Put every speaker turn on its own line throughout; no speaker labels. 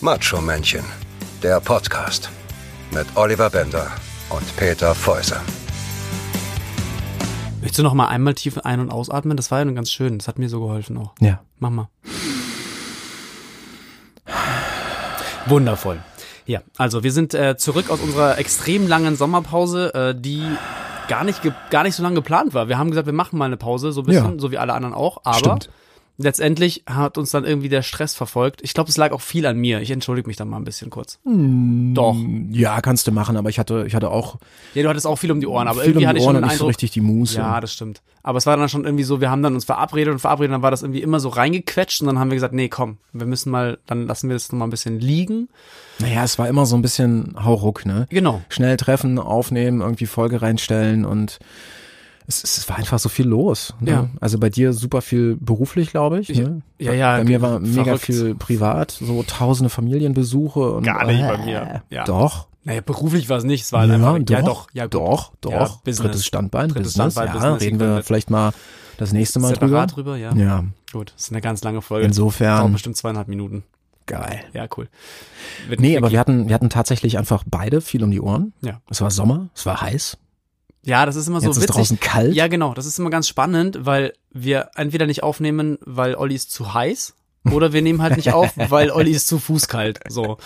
Macho Männchen, der Podcast mit Oliver Bender und Peter Fäuser.
Willst du noch mal einmal tief ein- und ausatmen? Das war ja nun ganz schön. Das hat mir so geholfen auch.
Ja.
Mach mal. Wundervoll. Ja, also wir sind äh, zurück aus unserer extrem langen Sommerpause, äh, die gar nicht, ge- gar nicht so lange geplant war. Wir haben gesagt, wir machen mal eine Pause, so ein bisschen,
Ja.
so wie alle anderen auch. Aber
Stimmt.
letztendlich hat uns dann irgendwie der Stress verfolgt. Ich glaube, es lag auch viel an mir. Ich entschuldige mich dann mal ein bisschen kurz.
Hm.
Doch.
Ja, kannst du machen, aber ich hatte, ich hatte auch
Ja, du hattest auch viel um die Ohren, aber
viel
irgendwie
um die
hatte ich
Ohren
schon
und
den
nicht so
Eindruck,
richtig die Muße.
Ja, das stimmt. Aber es war dann schon irgendwie so, wir haben dann uns verabredet und verabredet, dann war das irgendwie immer so reingequetscht und dann haben wir gesagt, nee, komm, wir müssen mal, dann lassen wir das nochmal ein bisschen liegen.
Naja, es war immer so ein bisschen Hauruck, ne?
Genau.
Schnell treffen, aufnehmen, irgendwie Folge reinstellen und es, es war einfach so viel los. Ne?
Ja.
Also bei dir super viel beruflich, glaube ich. ne?
ja, ja,
Bei mir war mega
verrückt.
viel privat, so tausende Familienbesuche. Und,
Gar nicht bei mir, ja.
Doch.
Naja, beruflich war es nicht, es war halt einfach, ja doch, ja gut.
doch, doch.
Ja, Business.
Drittes Standbein,
Drittes
Business.
Standbein,
ja,
Business
reden wir
gegründet.
vielleicht mal das nächste Mal drüber.
Separat drüber, ja.
Ja,
Gut, das ist eine ganz lange Folge. Dauert
insofern
bestimmt zweieinhalb Minuten.
geil.
Ja, cool. Wird
Nee,
nicht
aber
wirklich-
wir hatten, wir hatten tatsächlich einfach beide viel um die Ohren.
Ja.
Es war Sommer, es war heiß,
ja, das ist immer so
jetzt ist
witzig.
draußen kalt.
Ja, genau. Das ist immer ganz spannend, weil wir entweder nicht aufnehmen, weil Olli ist zu heiß. Oder wir nehmen halt nicht auf, weil Olli ist zu fußkalt. So.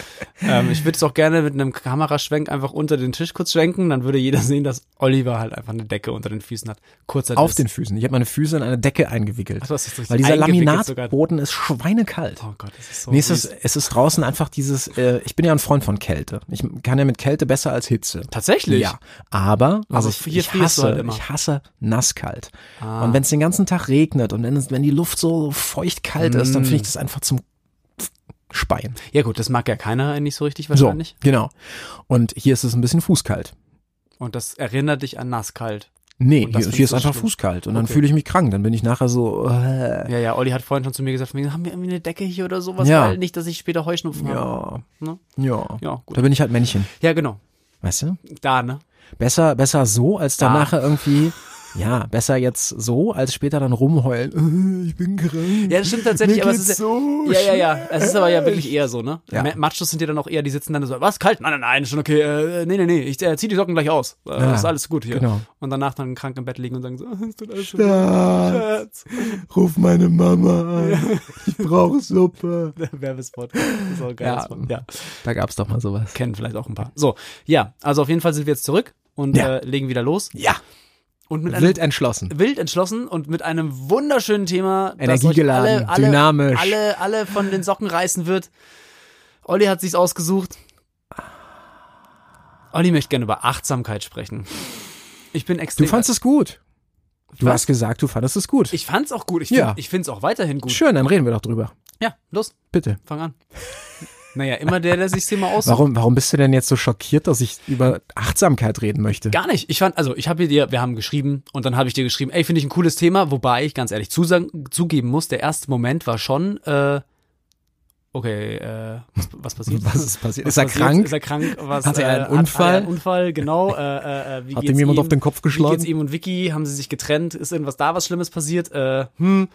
Ähm, ich würde es auch gerne mit einem Kameraschwenk einfach unter den Tisch kurz schwenken, dann würde jeder sehen, dass Oliver halt einfach eine Decke unter den Füßen hat. Kurzer
Auf den Füßen. Ich habe meine Füße in eine Decke eingewickelt.
Ach, du hast es richtig
weil dieser
eingewickelt
Laminatboden ist schweinekalt.
Oh Gott, das ist so.
Nee, es ist,
mies.
es ist draußen einfach dieses, äh, ich bin ja ein Freund von Kälte. Ich kann ja mit Kälte besser als Hitze.
Tatsächlich?
Ja, aber
Also
also ich,
hier
ich
frierst du
hasse,
halt immer.
ich hasse nasskalt.
Ah.
Und wenn es den ganzen Tag regnet und wenn, es- wenn die Luft so feucht kalt ist,
Mm.
dann finde ich das einfach zum Speien.
Ja, gut, das mag ja keiner eigentlich so richtig wahrscheinlich.
So, genau. Und hier ist es ein bisschen fußkalt.
Und das erinnert dich an nasskalt.
Nee,
Und das
hier,
findest
hier ist
du
einfach
schlimm?
fußkalt und dann
Okay.
fühle ich mich krank. Dann bin ich nachher so, äh,
Ja, ja, Olli hat vorhin schon zu mir gesagt, von wegen, haben wir irgendwie eine Decke hier oder sowas?
Ja.
Weil nicht, dass ich später Heuschnupfen habe.
ja,
Ne?
ja,
Ja, gut.
Da bin ich halt Männchen,
Ja, genau.
weißt du?
Da, ne?
Besser, besser so, als
Da.
danach irgendwie, ja, besser jetzt so, als später dann rumheulen. Äh, ich bin krank.
Ja, das stimmt tatsächlich,
Mir
aber es
geht's
ist
so
ja, ja, ja. Es ist aber ja wirklich eher so, ne?
Ja.
Ma- Machos sind ja dann auch eher, die sitzen dann so, was, kalt? Nein, nein, nein, schon okay, äh, nee, nee, nee, ich äh, zieh die Socken gleich aus. Äh,
Ja,
ist alles gut hier.
genau.
Und danach dann krank im Bett liegen und sagen so, es tut alles schon
Ja,
Schatz.
ruf meine Mama an. Ich brauche Suppe.
Werbespot. Das ist auch ein geiles
Ja.
Wort. ja.
Da gab's doch mal sowas.
Kennen vielleicht auch ein paar. So, ja, also auf jeden Fall sind wir jetzt zurück und
Ja.
äh, legen wieder los.
Ja,
Und mit einem
wild entschlossen.
wild entschlossen und mit einem wunderschönen Thema, das euch
Energiegeladen,
alle, alle,
dynamisch.
alle, alle von den Socken reißen wird. Olli hat sich's ausgesucht. Olli möchte gerne über Achtsamkeit sprechen. Ich bin
Du
extrem.
fandst es gut. Du
Was?
hast gesagt, du fandest es gut.
ich fand's auch gut. Ich, find,
Ja.
ich find's auch weiterhin gut.
Schön, dann reden wir doch drüber.
Ja, los,
Bitte.
fang an. Naja, immer der, der sich's Thema aussucht.
Warum, warum bist du denn jetzt so schockiert, dass ich über Achtsamkeit reden möchte?
Gar nicht. Ich fand, also ich habe dir, wir haben geschrieben und dann habe ich dir geschrieben, ey, finde ich ein cooles Thema, wobei ich ganz ehrlich zusagen, zugeben muss, der erste Moment war schon, äh, okay, äh, was, was passiert?
Was ist passiert?
Was
Ist er
passiert?
krank?
Ist er krank? Was,
Hat er einen
äh, Hat,
Unfall?
hat er einen Unfall, genau. Äh, äh, äh, wie
Hat
geht's
ihm jemand
ihm?
auf den Kopf geschlagen?
Wie geht's ihm und Vicky? Haben sie sich getrennt? Ist irgendwas da, was Schlimmes passiert? Äh, hm,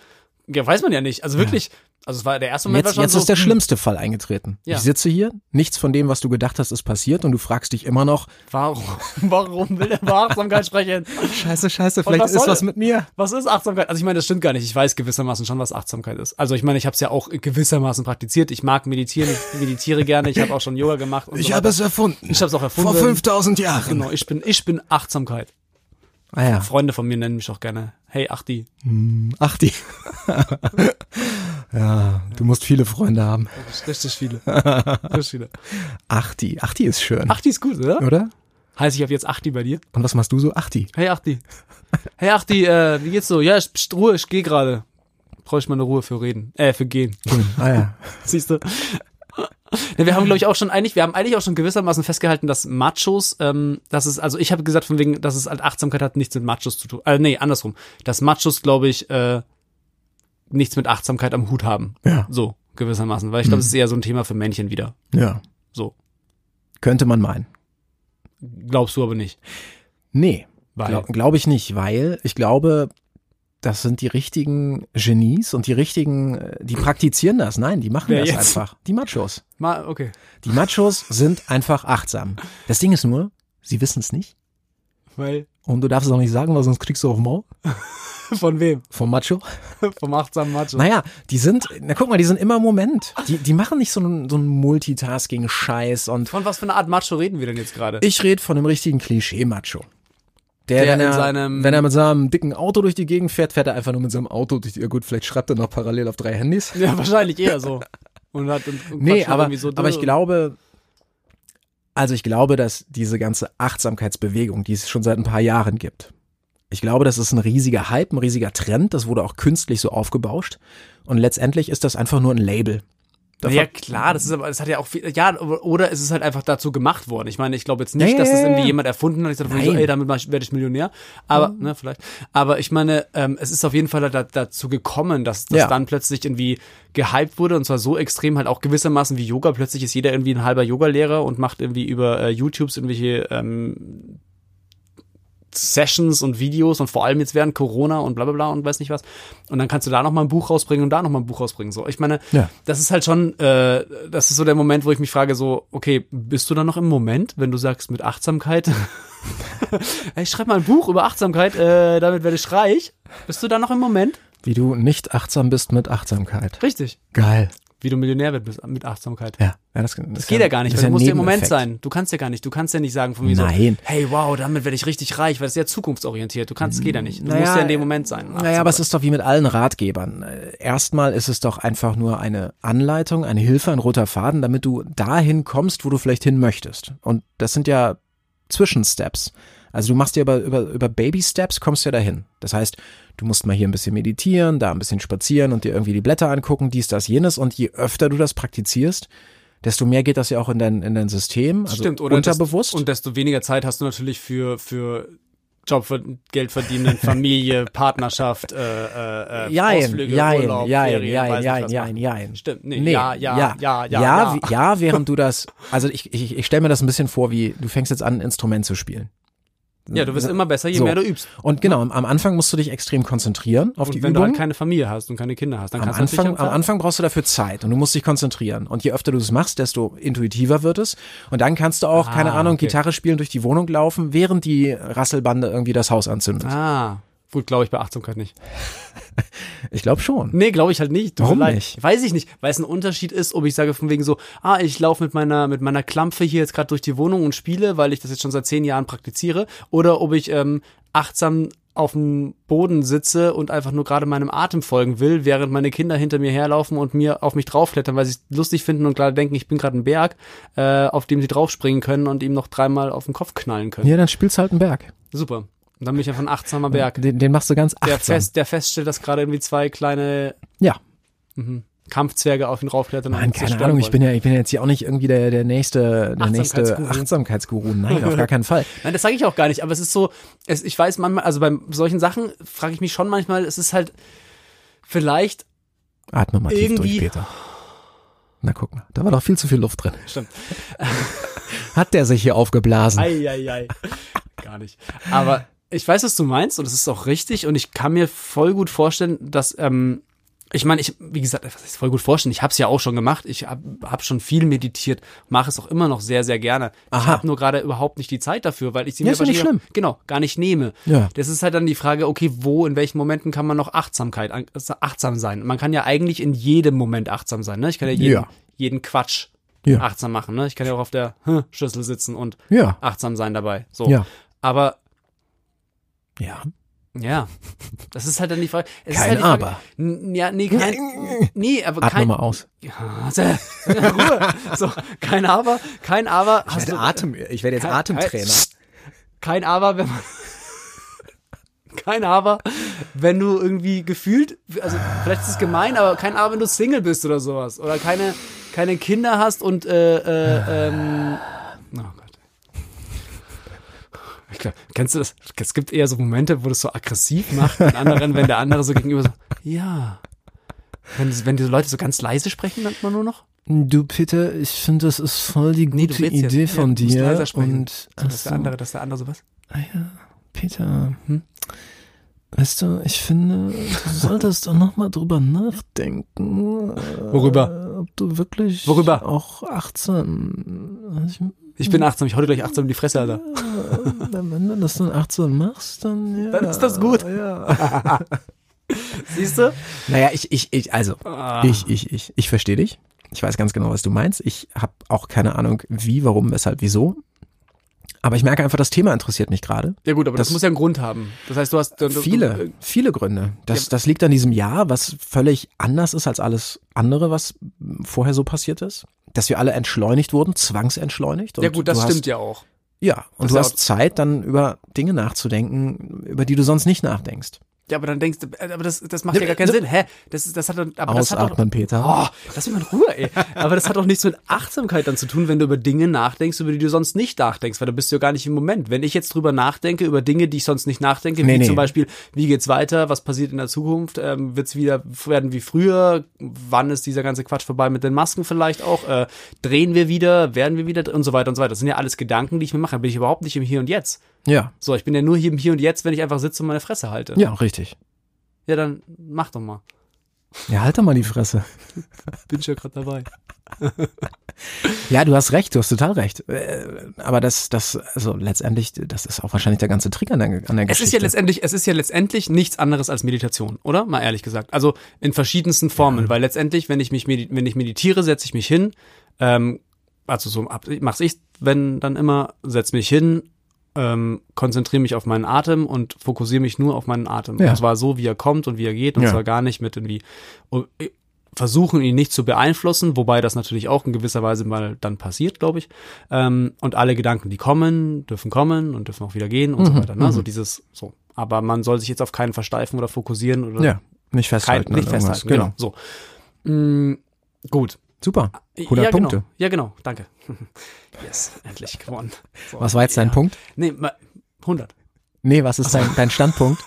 ja, weiß man ja nicht. Also wirklich, also es war der erste Moment war
Jetzt,
schon
jetzt
so,
ist der
hm,
schlimmste Fall eingetreten.
Ja.
Ich sitze hier, nichts von dem, was du gedacht hast, ist passiert und du fragst dich immer noch,
Warum, warum will er über Achtsamkeit sprechen?
scheiße, scheiße,
vielleicht was ist soll- was
mit mir.
Was ist Achtsamkeit? Also ich meine, das stimmt gar nicht. Ich weiß gewissermaßen schon, was Achtsamkeit ist. Also ich meine, ich habe es ja auch gewissermaßen praktiziert. Ich mag meditieren, ich meditiere gerne, ich habe auch schon Yoga gemacht und so
Ich
weiter.
habe es erfunden.
ich habe es auch erfunden.
Vor 5000 Jahren.
Genau, ich bin ich bin Achtsamkeit.
Ah ja,
Freunde von mir nennen mich auch gerne Hey Achti.
ach die. ja, du musst viele Freunde haben.
Richtig viele. Richtig viele.
Ach die, ach die ist schön,
Achti ist gut, oder?
oder?
Heiße ich ab jetzt Achti bei dir?
Und was machst du so? Ach die.
Hey Achti. Hey Achti, äh, wie geht's so? Ja, ich, pst, Ruhe, ich gehe gerade. Brauche ich mal eine Ruhe für reden. Äh, für gehen.
Ah ja.
Siehst du? Ja, wir haben, glaube ich, auch schon eigentlich, wir haben eigentlich auch schon gewissermaßen festgehalten, dass Machos, ähm, das ist, also ich habe gesagt, von wegen, dass es halt Achtsamkeit hat, nichts mit Machos zu tun. Äh, nee, andersrum. Dass Machos, glaube ich, äh, nichts mit Achtsamkeit am Hut haben.
Ja.
So, gewissermaßen. Weil ich glaube, es ist eher so ein Thema für Männchen wieder.
Ja.
So.
Könnte man meinen.
Glaubst du aber nicht.
Nee,
Weil.
glaube glaub ich nicht, weil ich glaube, das sind die richtigen Genies und die richtigen, äh, die praktizieren das. Nein, die machen
Wer
das
jetzt?
einfach. Die Machos.
Mal, okay.
Die Machos sind einfach achtsam. Das Ding ist nur, sie wissen es nicht.
Weil,
Und du darfst es auch nicht sagen, weil sonst kriegst du auf den Maul
von wem?
vom Macho.
Vom achtsamen Macho.
Naja, die sind, na guck mal, die sind immer im Moment. Die, die machen nicht so einen, so einen Multitasking-Scheiß und
Von was für einer Art Macho reden wir denn jetzt gerade?
ich rede von einem richtigen Klischee-Macho. Der,
Der
wenn,
in
er,
seinem-
wenn er mit seinem dicken Auto durch die Gegend fährt, fährt er einfach nur mit seinem Auto durch die, ja gut, vielleicht schreibt er noch parallel auf drei Handys.
Ja, wahrscheinlich eher so. Und hat und, und
Nee,
quatscht dann
aber,
irgendwie so
aber ich
durch.
glaube, also ich glaube, dass diese ganze Achtsamkeitsbewegung, die es schon seit ein paar Jahren gibt, ich glaube, das ist ein riesiger Hype, ein riesiger Trend, das wurde auch künstlich so aufgebauscht und letztendlich ist das einfach nur ein Label.
Ja, klar, das ist aber, das hat ja auch viel, ja, oder es ist halt einfach dazu gemacht worden. Ich meine, ich glaube jetzt nicht,
Ja, ja,
dass das
ja,
irgendwie
ja.
jemand erfunden hat. Ich dachte, so,
Nein. Mhm.
ey, damit mach ich- werde ich Millionär. Aber, ne, vielleicht. Aber ich meine, ähm, es ist auf jeden Fall da, dazu gekommen, dass das
Ja.
dann plötzlich irgendwie gehypt wurde und zwar so extrem halt auch gewissermaßen wie Yoga. Plötzlich ist jeder irgendwie ein halber Yoga-Lehrer und macht irgendwie über äh, YouTubes irgendwelche, ähm, Sessions und Videos und vor allem jetzt während Corona und bla bla bla und weiß nicht was. Und dann kannst du da nochmal ein Buch rausbringen und da nochmal ein Buch rausbringen. So, ich meine,
Ja.
das ist halt schon, äh, das ist so der Moment, wo ich mich frage, so, okay, bist du da noch im Moment, wenn du sagst mit Achtsamkeit? Ey, ich schreibe mal ein Buch über Achtsamkeit, äh, damit werde ich reich. Bist du da noch im Moment?
Wie du nicht achtsam bist mit Achtsamkeit.
Richtig.
Geil.
Wie du Millionär wird bist mit Achtsamkeit.
Ja, ja das,
Das geht ja gar nicht,
das
weil
ist
du musst ja im Moment
Nebeneffekt.
sein. Du kannst ja gar nicht. Du kannst ja nicht sagen von mir
Nein.
so, hey, wow, damit werde ich richtig reich, weil das ist ja zukunftsorientiert. Du kannst, geht ja nicht. Du
Naja,
musst ja in dem Moment sein.
Naja, aber es ist doch wie mit allen Ratgebern. Äh, Erstmal ist es doch einfach nur eine Anleitung, eine Hilfe, ein roter Faden, damit du dahin kommst, wo du vielleicht hin möchtest. Und das sind ja Zwischensteps. Also du machst dir über, über, über Baby-Steps kommst du ja dahin. Das heißt, du musst mal hier ein bisschen meditieren, da ein bisschen spazieren und dir irgendwie die Blätter angucken, dies, das, jenes. Und je öfter du das praktizierst, desto mehr geht das ja auch in dein, in dein System, also
Stimmt, oder
unterbewusst.
Des, und desto weniger Zeit hast du natürlich für, für Job, ver- Geld verdienen, Familie, Partnerschaft, äh, äh, äh,
Jein,
Ausflüge,
jein,
Urlaub,
jein,
Ferien,
jein,
weiß nicht
jein,
was
jein,
machen.
jein.
Stimmt, nee,
Nee,
ja, ja, ja, ja, ja,
ja, wie- ja, während du das, also ich, ich, ich stelle mir das ein bisschen vor, wie du fängst jetzt an, ein Instrument zu spielen.
Ja, du wirst immer besser, je
So.
mehr du übst.
Und genau, am- am Anfang musst du dich extrem konzentrieren auf
Und
die
wenn du
Übung.
halt keine Familie hast und keine Kinder hast, dann
am
kannst du natürlich
Anfang,
auch-
am Anfang brauchst du dafür Zeit und du musst dich konzentrieren. Und je öfter du es machst, desto intuitiver wird es. Und dann kannst du auch,
Ah,
keine Ahnung,
okay.
Gitarre spielen, durch die Wohnung laufen, während die Rasselbande irgendwie das Haus anzündet.
Ah, gut, glaube ich bei Achtsamkeit nicht.
Ich glaube schon.
Nee, glaube ich halt nicht. Tut mir
Warum
leid.
nicht?
Weiß ich nicht, weil es ein Unterschied ist, ob ich sage von wegen so, ah, ich laufe mit meiner, mit meiner Klampfe hier jetzt gerade durch die Wohnung und spiele, weil ich das jetzt schon seit zehn Jahren praktiziere, oder ob ich ähm, achtsam auf dem Boden sitze und einfach nur gerade meinem Atem folgen will, während meine Kinder hinter mir herlaufen und mir auf mich draufklettern, weil sie es lustig finden und gerade denken, ich bin gerade ein Berg, äh, auf dem sie draufspringen können und ihm noch dreimal auf den Kopf knallen können.
Ja, dann spielst du halt einen Berg.
Super. Und dann bin ich einfach ein achtsamer Berg.
Den, den machst du ganz achtsam.
Der, fest, der feststellt, dass gerade irgendwie zwei kleine
Ja.
Kampfzwerge auf ihn raufklettern
Mann, keine Ahnung, ich bin ja, ich bin jetzt hier auch nicht irgendwie der, der nächste, der nächste
Achtsamkeitsguru.
Achtsamkeitsguru. Nein, auf gar keinen Fall.
Nein, das sage ich auch gar nicht, aber es ist so, es, ich weiß manchmal, also bei solchen Sachen frage ich mich schon manchmal, es ist halt vielleicht,
Atme mal tief
Irgendwie-
durch, Peter. Na guck mal, da war doch viel zu viel Luft drin.
Stimmt.
Hat der sich hier aufgeblasen?
ei, ei, ei, gar nicht, aber ich weiß, was du meinst und es ist auch richtig und ich kann mir voll gut vorstellen, dass, ähm, ich meine, ich, wie gesagt, was heißt voll gut vorstellen, ich habe es ja auch schon gemacht, ich habe hab schon viel meditiert, mache es auch immer noch sehr, sehr gerne. Ich
Aha.
habe nur gerade überhaupt nicht die Zeit dafür, weil ich sie
Ja,
mir
ist doch nicht
wahrscheinlich- genau gar nicht nehme.
Ja.
Das ist halt dann die Frage, okay, wo, in welchen Momenten kann man noch Achtsamkeit, an- achtsam sein? Man kann ja eigentlich in jedem Moment achtsam sein, ne? Ich kann ja jeden,
Ja.
jeden Quatsch
Ja.
achtsam machen, ne? Ich kann ja auch auf der hm, Schüssel sitzen und
Ja.
achtsam sein dabei. So.
Ja.
Aber
Ja.
ja, das ist halt dann die Frage. Es
Kein
ist halt die Frage,
Aber.
N- Ja, nee, kein, nee, aber
Atme
kein.
mal aus.
Ja, sehr- Ruhe. So, kein Aber, kein Aber. Hast du,
Atem, ich werde jetzt
Kein- Kein Aber, wenn man. Kein Aber, wenn du irgendwie gefühlt, also vielleicht ist es gemein, aber kein Aber, wenn du Single bist oder sowas. Oder keine, keine Kinder hast und äh, äh, ähm, oh Gott. Ich glaub, kennst du das? Es gibt eher so Momente, wo das so aggressiv macht, den anderen, wenn der andere so gegenüber so, ja. Wenn, wenn die Leute so ganz leise sprechen, nennt man nur noch.
Du Peter, ich finde, das ist voll die gute
Nee, du willst jetzt.
Idee von
ja, du musst leiser
dir.
sprechen.
Und
so, dass der
achso,
andere, dass der andere sowas.
ah ja, Peter, hm?
Weißt du, ich finde, du solltest doch nochmal drüber nachdenken. äh,
Worüber?
Ob du wirklich
Worüber?
auch 18. Ich,
Ich bin 18, ich hau dir gleich 18 in die Fresse, Alter.
äh, wenn du das dann 18 machst, dann ja.
Dann ist das gut.
Ja.
Siehst du?
Naja, ich, ich, ich, also,
Ah.
ich, ich, ich, ich verstehe dich. Ich weiß ganz genau, was du meinst. Ich habe auch keine Ahnung, wie, warum, weshalb, wieso. Aber ich merke einfach, das Thema interessiert mich gerade.
Ja gut, aber das,
Das-
muss ja einen Grund haben. Das heißt, du hast du, du- Du, äh,
Viele, viele Gründe. Das, das liegt an diesem Jahr, was völlig anders ist als alles andere, was vorher so passiert ist. Dass wir alle entschleunigt wurden, zwangsentschleunigt. Und
ja gut, das
du
stimmt
Hast,
ja auch.
ja,
Das
und du
ist
hast Zeit, dann über Dinge nachzudenken, über die du sonst nicht nachdenkst.
Ja, aber dann denkst du, äh, aber das, das macht
Ne,
ja gar keinen
ne.
Sinn. Hä? Das, ist- das hat, doch- aber das hat doch,
Ausatmen, Peter.
Oh, lass mich mal in Ruhe, ey. Aber das hat auch nichts mit Achtsamkeit dann zu tun, wenn du über Dinge nachdenkst, über die du sonst nicht nachdenkst, weil da bist du ja gar nicht im Moment. Wenn ich jetzt drüber nachdenke, über Dinge, die ich sonst nicht nachdenke,
Nee,
wie
nee.
zum Beispiel, wie geht's weiter, was passiert in der Zukunft, ähm, wird's wieder werden wie früher, wann ist dieser ganze Quatsch vorbei mit den Masken vielleicht auch, äh, drehen wir wieder, werden wir wieder und so weiter und so weiter. Das sind ja alles Gedanken, die ich mir mache. Da bin ich überhaupt nicht im Hier und Jetzt.
Ja,
So, ich bin ja nur hier im Hier und Jetzt, wenn ich einfach sitze und meine Fresse halte.
ja, richtig.
ja dann mach doch mal.
Ja, halt doch mal die Fresse.
Bin schon gerade dabei.
Ja, du hast recht, du hast total recht. Äh, Aber das, das, also letztendlich, das ist auch wahrscheinlich der ganze Trick an der, an der
Es
Geschichte.
ist ja letztendlich, es ist ja letztendlich nichts anderes als Meditation, oder? Mal ehrlich gesagt. Also in verschiedensten Formen, weil letztendlich, wenn ich mich medi wenn ich meditiere, setze ich mich hin. Ähm, also so ab- mach's ich, wenn dann immer, setze mich hin, ähm, konzentriere mich auf meinen Atem und fokussiere mich nur auf meinen Atem.
Ja.
Und zwar so, wie er kommt und wie er geht, und
Ja.
zwar gar nicht mit irgendwie und, äh, versuchen, ihn nicht zu beeinflussen, wobei das natürlich auch in gewisser Weise mal dann passiert, glaube ich. Ähm, und alle Gedanken, die kommen, dürfen kommen und dürfen auch wieder gehen
Mhm,
und so weiter. Ne? So dieses, so. Aber man soll sich jetzt auf keinen versteifen oder fokussieren oder
ja, nicht
kein,
festhalten. an
nicht
irgendwas.
festhalten. Genau. So. Mm, gut.
Super. 100
ja,
Punkte.
Genau. Ja, genau. Danke. yes, endlich gewonnen. So.
Was war jetzt dein
Ja.
Punkt?
Nee, ma- 100.
Nee, was ist dein, dein Standpunkt?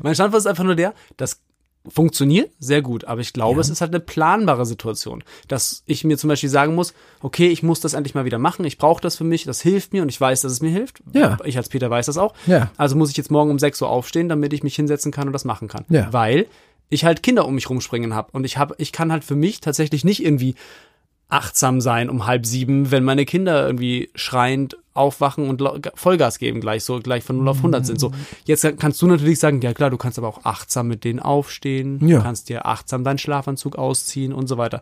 Mein Standpunkt ist einfach nur der, das funktioniert sehr gut, aber ich glaube,
Ja.
es ist halt eine planbare Situation, dass ich mir zum Beispiel sagen muss, okay, ich muss das endlich mal wieder machen, ich brauche das für mich, das hilft mir und ich weiß, dass es mir hilft.
Ja.
Ich als Peter weiß das auch.
Ja.
Also muss ich jetzt morgen um 6 Uhr aufstehen, damit ich mich hinsetzen kann und das machen kann.
Ja.
Weil ich halt Kinder um mich rumspringen habe und ich habe, ich kann halt für mich tatsächlich nicht irgendwie achtsam sein um halb sieben, wenn meine Kinder irgendwie schreiend aufwachen und lau- Vollgas geben gleich so, gleich von 0 auf 100 sind.
Mhm.
So, jetzt kannst du natürlich sagen, ja klar, du kannst aber auch achtsam mit denen aufstehen,
Ja.
du kannst dir achtsam deinen Schlafanzug ausziehen und so weiter.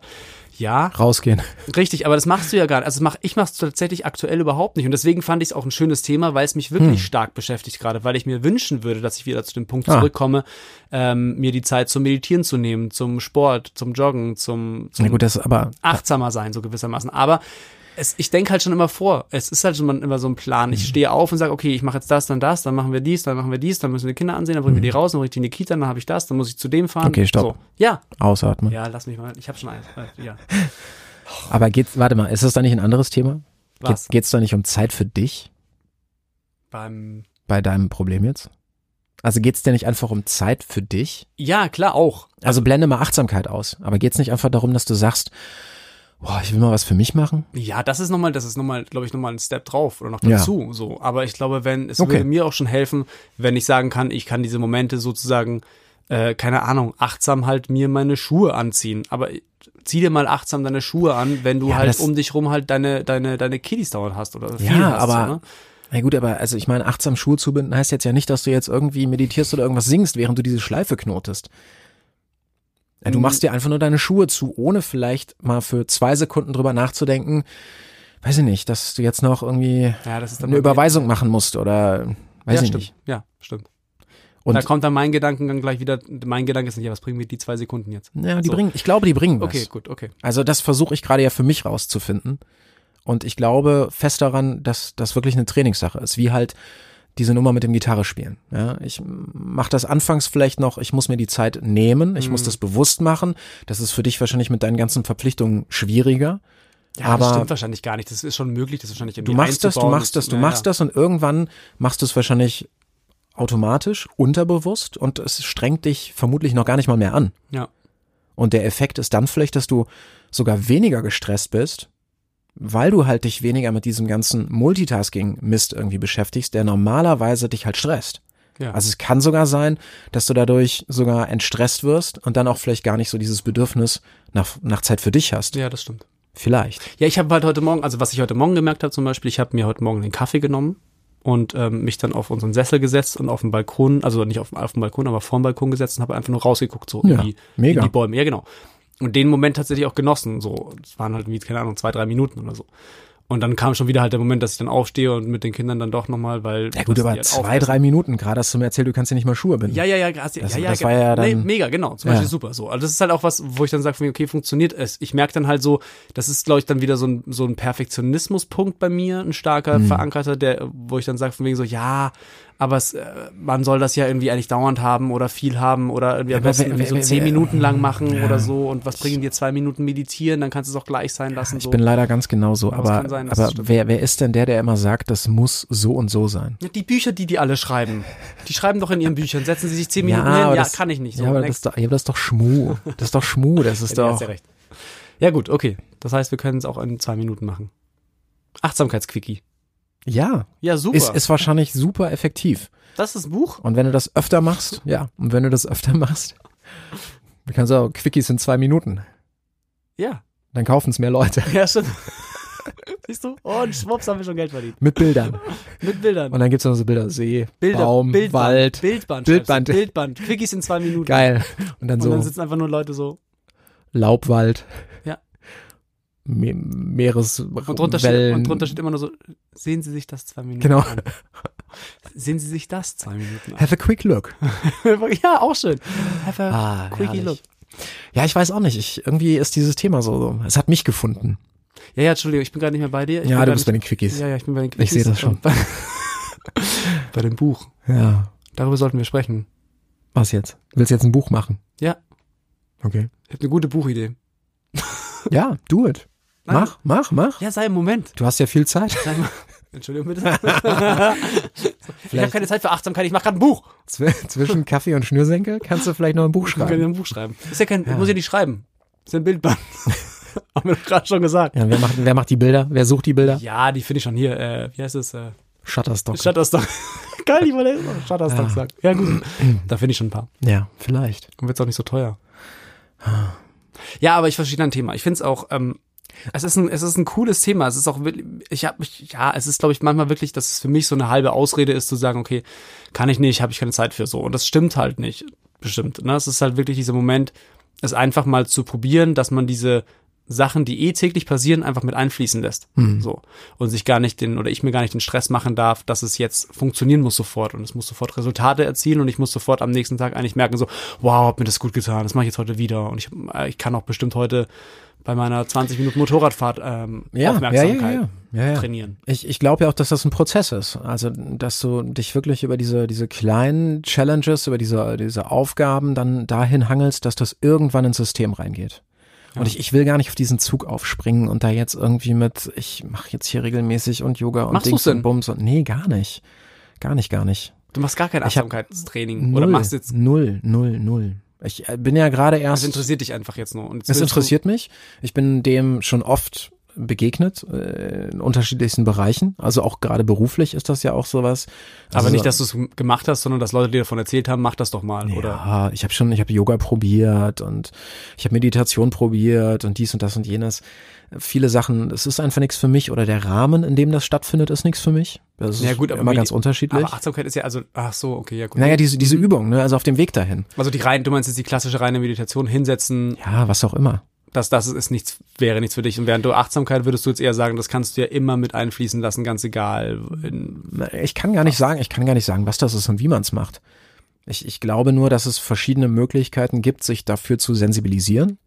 Ja,
Rausgehen.
Richtig, aber das machst du ja gar nicht. Also das mach, ich mache es tatsächlich aktuell überhaupt nicht. Und deswegen fand ich es auch ein schönes Thema, weil es mich wirklich stark beschäftigt gerade, weil ich mir wünschen würde, dass ich wieder zu dem Punkt
Hm. Ah.
zurückkomme, ähm, mir die Zeit zum Meditieren zu nehmen, zum Sport, zum Joggen, zum,
Na
zum
gut, das ist aber,
achtsamer sein, so gewissermaßen. Aber es, ich denke halt schon immer vor. Es ist halt schon mal- immer so ein Plan.
Mhm.
Ich stehe auf und sage, okay, ich mache jetzt das, dann das, dann machen wir dies, dann machen wir dies, dann müssen wir die Kinder ansehen, dann bringen wir die raus, dann bringe ich die in die Kita, dann habe ich das, dann muss ich zu dem fahren.
Mhm. Okay,
So.
stopp.
Ja,
ausatmen.
ja, lass mich mal. Ich habe schon eins. Äh, Ja,
Aber geht's, warte mal, ist das da nicht ein anderes Thema?
was?
Geht, geht's da nicht um Zeit für dich
Beim
bei deinem Problem jetzt? Also geht's dir nicht einfach um Zeit für dich?
Ja, klar, auch.
Also blende mal Achtsamkeit aus. Aber geht's nicht einfach darum, dass du sagst, boah, ich will mal was für mich machen?
Ja, das ist nochmal, das ist nochmal, glaube ich, nochmal ein Step drauf oder noch
Ja.
dazu. So. Aber ich glaube, wenn, es
Okay.
würde mir auch schon helfen, wenn ich sagen kann, ich kann diese Momente sozusagen, äh, keine Ahnung, achtsam halt mir meine Schuhe anziehen. Aber zieh dir mal achtsam deine Schuhe an, wenn du
Ja,
halt
das-
um dich rum halt deine, deine, deine Kiddies dauernd hast oder viel
Ja,
hast.
aber-
so, ne?
Na gut, aber also ich meine, achtsam Schuhe zubinden heißt jetzt ja nicht, dass du jetzt irgendwie meditierst oder irgendwas singst, während du diese Schleife knotest. Ja, du
Mhm.
machst dir einfach nur deine Schuhe zu, ohne vielleicht mal für zwei Sekunden drüber nachzudenken, weiß ich nicht, dass du jetzt noch irgendwie
Ja, das ist dann
eine
bei mir-
Überweisung machen musst oder
ja,
weiß ich
stimmt.
nicht.
Ja, stimmt.
Und
da kommt dann mein Gedankengang gleich wieder. Mein Gedanke ist nicht, ja, was bringen mir die zwei Sekunden jetzt?
ja, die
So.
bringen, ich glaube, die bringen was.
Okay, gut, okay.
Also das versuche ich gerade ja für mich rauszufinden. Und ich glaube fest daran, dass das wirklich eine Trainingssache ist, wie halt diese Nummer mit dem Gitarre spielen. Ja, ich mache das anfangs vielleicht noch, ich muss mir die Zeit nehmen, ich muss das bewusst machen. Das ist für dich wahrscheinlich mit deinen ganzen Verpflichtungen schwieriger.
Ja, das
aber
stimmt wahrscheinlich gar nicht. Das ist schon möglich, das wahrscheinlich
du machst das, du machst das, du machst das und irgendwann machst du es wahrscheinlich automatisch, unterbewusst und es strengt dich vermutlich noch gar nicht mal mehr an.
Ja.
Und der Effekt ist dann vielleicht, dass du sogar weniger gestresst bist, weil du halt dich weniger mit diesem ganzen Multitasking-Mist irgendwie beschäftigst, der normalerweise dich halt stresst.
Ja.
Also es kann sogar sein, dass du dadurch sogar entstresst wirst und dann auch vielleicht gar nicht so dieses Bedürfnis nach, nach Zeit für dich hast.
Ja, das stimmt.
Vielleicht.
Ja, ich habe halt heute Morgen, also was ich heute Morgen gemerkt habe zum Beispiel, ich habe mir heute Morgen den Kaffee genommen und ähm, mich dann auf unseren Sessel gesetzt und auf den Balkon, also nicht auf, auf dem Balkon, aber vorm Balkon gesetzt und habe einfach nur rausgeguckt, so
Ja,
in, die,
mega.
in die Bäume. Ja, genau. Und den Moment tatsächlich auch genossen. So, es waren halt, wie, keine Ahnung, zwei, drei Minuten oder so. Und dann kam schon wieder halt der Moment, dass ich dann aufstehe und mit den Kindern dann doch nochmal, weil.
Ja
dass
gut,
die
aber
halt
zwei, drei Minuten gerade hast du mir erzählt, du kannst dir nicht mal Schuhe binden.
ja, ja, ja, hast,
Das-
ja, ja,
das war ja
nee,
dann-
mega, genau. Zum
Ja.
Beispiel super so. Also das ist halt auch was, wo ich dann sage, okay, funktioniert es. Ich merke dann halt so, das ist, glaube ich, dann wieder so ein, so ein Perfektionismuspunkt bei mir, ein starker,
Mhm.
verankerter, der, wo ich dann sage, von wegen so, ja, aber es, äh, man soll das ja irgendwie eigentlich dauernd haben oder viel haben oder irgendwie am
aber
besten
wer-
irgendwie so
wer-
zehn
wer-
Minuten
Mhm.
lang machen oder so und was bringen dir zwei Minuten meditieren, dann kannst du es auch gleich sein lassen.
Ich
so.
bin leider ganz genauso,
Aber es
aber,
kann sein, dass
aber
es stimmt.
wer, wer ist denn der, der immer sagt, das muss so und so sein?
Ja, die Bücher, die die alle schreiben, die schreiben doch in ihren Büchern, setzen sie sich zehn Minuten hin,
aber
ja,
das-
kann ich nicht. So,
ja, aber das,
next.
ist doch- ja, aber das ist doch Schmu. Das ist doch Schmu, das ist
Ja,
doch.
hast ja recht. Ja, gut, okay. Das heißt, wir können es auch in zwei Minuten machen. Achtsamkeitsquickie.
Ja,
Ja, super.
ist, ist wahrscheinlich super effektiv.
das ist ein Buch?
Und wenn du das öfter machst, ja, und wenn du das öfter machst, wir können sagen, Quickies in zwei Minuten.
Ja.
Dann kaufen es mehr Leute.
Ja, schon. Siehst du? Und schwupps haben wir schon Geld verdient.
Mit Bildern.
Mit Bildern.
Und dann gibt es noch so Bilder. See,
Bilder,
Baum,
Bildband,
Wald.
Bildband.
Bildband.
schreibst du. Bildband. Quickies in zwei Minuten.
Geil. Und dann
Und
so
dann sitzen einfach nur Leute so.
Laubwald.
Ja.
Me Meereswellen.
Und drunter, steht, und drunter steht immer nur so, sehen Sie sich das zwei Minuten
Genau.
an. Sehen Sie sich das zwei Minuten an.
Have a quick look.
ja, auch schön. Have a
Ah,
quickie
herrlich.
look.
Ja, ich weiß auch nicht. Ich, irgendwie ist dieses Thema so, so. Es hat mich gefunden.
Ja, ja, Entschuldigung, ich bin gerade nicht mehr bei dir. Ich bin
ja, du
grad
bist
nicht-
bei den Quickies.
Ja, ja, ich bin bei den
Ich sehe das schon.
und Bei, bei dem Buch.
ja.
Darüber sollten wir sprechen.
Was jetzt? Willst du jetzt ein Buch machen?
Ja.
Okay.
Ich habe eine gute Buchidee.
Ja, do it.
Nein.
Mach, mach, mach.
Ja, sei im Moment.
Du hast ja viel Zeit.
Sei mal. Entschuldigung bitte. ich habe keine Zeit für Achtsamkeit, ich mache gerade ein Buch.
Zw- Zwischen Kaffee und Schnürsenkel kannst du vielleicht noch ein Buch
Ich kann ja
schreiben.
ein Buch schreiben. Ist ja kein, muss ja nicht schreiben. Ist ja ein Bildband. Haben wir doch gerade schon gesagt.
Ja, wer, macht, wer macht die Bilder? Wer sucht die Bilder?
Ja, die finde ich schon hier. Äh, wie heißt es? Äh,
Shutterstock.
Shutterstock. Geil, ich wollte erst mal Shutterstock
Ja.
sagen. Ja, gut. Da finde ich schon ein paar.
ja, vielleicht.
Und wird's auch nicht so teuer. Ja, aber ich verstehe dein Thema. Ich finde es auch, ähm, es ist ein, es ist ein cooles Thema. Es ist auch, wirklich- ich habe mich, ja, es ist, glaube ich, manchmal wirklich, dass es für mich so eine halbe Ausrede ist, zu sagen, okay, kann ich nicht, habe ich keine Zeit für so. Und das stimmt halt nicht, bestimmt. Ne? Es ist halt wirklich dieser Moment, es einfach mal zu probieren, dass man diese Sachen, die eh täglich passieren, einfach mit einfließen lässt.
Mhm.
So. Und sich gar nicht den, oder ich mir gar nicht den Stress machen darf, dass es jetzt funktionieren muss sofort und es muss sofort Resultate erzielen und ich muss sofort am nächsten Tag eigentlich merken, so, wow, hat mir das gut getan, das mache ich jetzt heute wieder und ich, äh, ich kann auch bestimmt heute bei meiner 20 Minuten Motorradfahrt ähm,
Ja, ja, ja,
Aufmerksamkeit
ja, ja, ja.
trainieren.
Ich, ich glaube ja auch, dass das ein Prozess ist. Also, dass du dich wirklich über diese, diese kleinen Challenges, über diese, diese Aufgaben dann dahin hangelst, dass das irgendwann ins System reingeht. Und ich, ich will gar nicht auf diesen Zug aufspringen und da jetzt irgendwie mit, ich mache jetzt hier regelmäßig und Yoga und
Machst du's
Dings
denn?
und Bums und nee, gar nicht. Gar nicht, gar nicht.
Du machst gar kein
Ich hab
Achtsamkeitstraining oder machst jetzt, Also
null, null, null. Ich äh, bin ja gerade
das
erst
interessiert dich einfach jetzt nur. Und jetzt willst
es
du-
interessiert mich. Ich bin dem schon oft begegnet äh, in unterschiedlichsten Bereichen. Also auch gerade beruflich ist das ja auch sowas.
Aber
also,
nicht, dass du es gemacht hast, sondern dass Leute dir davon erzählt haben, mach das doch mal. Oder
ja, ich habe schon, ich habe Yoga probiert und ich habe Meditation probiert und dies und das und jenes. Viele Sachen, es ist einfach nichts für mich oder der Rahmen, in dem das stattfindet, ist nichts für mich. Das ist
Ja, gut, aber
immer
Medi-
ganz unterschiedlich.
Aber Mhm. Achtsamkeit ist ja also, ach so, okay, ja gut.
naja, diese, diese Übung, ne? also auf dem Weg dahin.
also die rein, du meinst jetzt die klassische reine Meditation hinsetzen,
Ja, was auch immer.
dass das ist nichts, wäre nichts für dich. Und während du Achtsamkeit würdest du jetzt eher sagen, das kannst du ja immer mit einfließen lassen, ganz egal. In,
Ich kann gar nicht sagen, ich kann gar nicht sagen, was das ist und wie man es macht. Ich, ich glaube nur, dass es verschiedene Möglichkeiten gibt, sich dafür zu sensibilisieren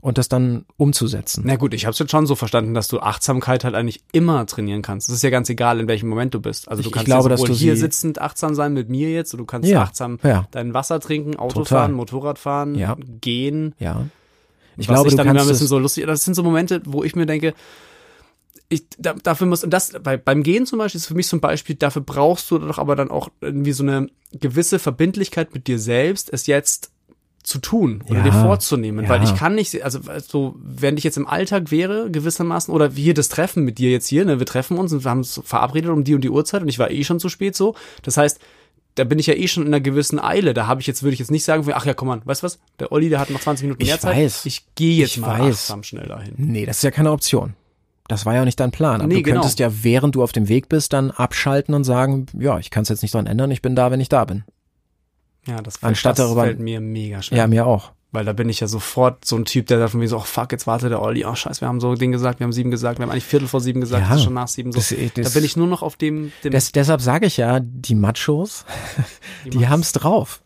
und das dann umzusetzen.
na gut, ich habe es jetzt schon so verstanden, dass du Achtsamkeit halt eigentlich immer trainieren kannst. Es ist ja ganz egal, in welchem Moment du bist. Also du
Ich- ich
kannst
glaube,
ja
dass
sowohl
du
hier
sie-
sitzend achtsam sein mit mir jetzt, und du kannst
Ja,
achtsam
ja.
dein Wasser trinken, Auto
Total.
fahren, Motorrad fahren,
Ja.
gehen.
Ja. Ich
was
glaube,
ich
du
dann immer
kannst
ein bisschen
es,
so lustig. Das sind so Momente, wo ich mir denke, ich, da, dafür muss, und das, bei, beim Gehen zum Beispiel ist für mich so ein Beispiel, dafür brauchst du doch aber dann auch irgendwie so eine gewisse Verbindlichkeit mit dir selbst, es jetzt zu tun oder
Ja.
dir vorzunehmen,
Ja.
weil ich kann nicht, also so, wenn ich jetzt im Alltag wäre, gewissermaßen, oder hier das Treffen mit dir jetzt hier, ne, wir treffen uns und wir haben uns verabredet um die und die Uhrzeit und ich war eh schon zu spät so, das heißt, da bin ich ja eh schon in einer gewissen Eile. Da habe ich jetzt, würde ich jetzt nicht sagen, ach ja, komm an, weißt du was? Der Olli, der hat noch 20 Minuten
Ich
mehr Zeit.
weiß.
Ich gehe jetzt
Ich
mal
weiß.
achtsam schnell dahin.
Nee, das ist ja keine Option. Das war ja auch nicht dein Plan. Aber
Nee, genau.
du könntest ja, während du auf dem Weg bist, dann abschalten und sagen, ja, ich kann es jetzt nicht dran ändern, ich bin da, wenn ich da bin.
Ja, das,
Anstatt
das
darüber-
fällt mir mega schwer.
Ja, mir auch.
Weil da bin ich ja sofort so ein Typ, der sagt von mir so, oh fuck, jetzt wartet der Olli, oh scheiße, wir haben so ein Ding gesagt, wir haben sieben gesagt, wir haben eigentlich Viertel vor sieben gesagt,
Ja.
es ist schon nach sieben. So.
Das- eh- das-
da bin ich nur noch auf dem, dem
Des, deshalb sage ich ja, die Machos, die,
Machos.
haben's drauf.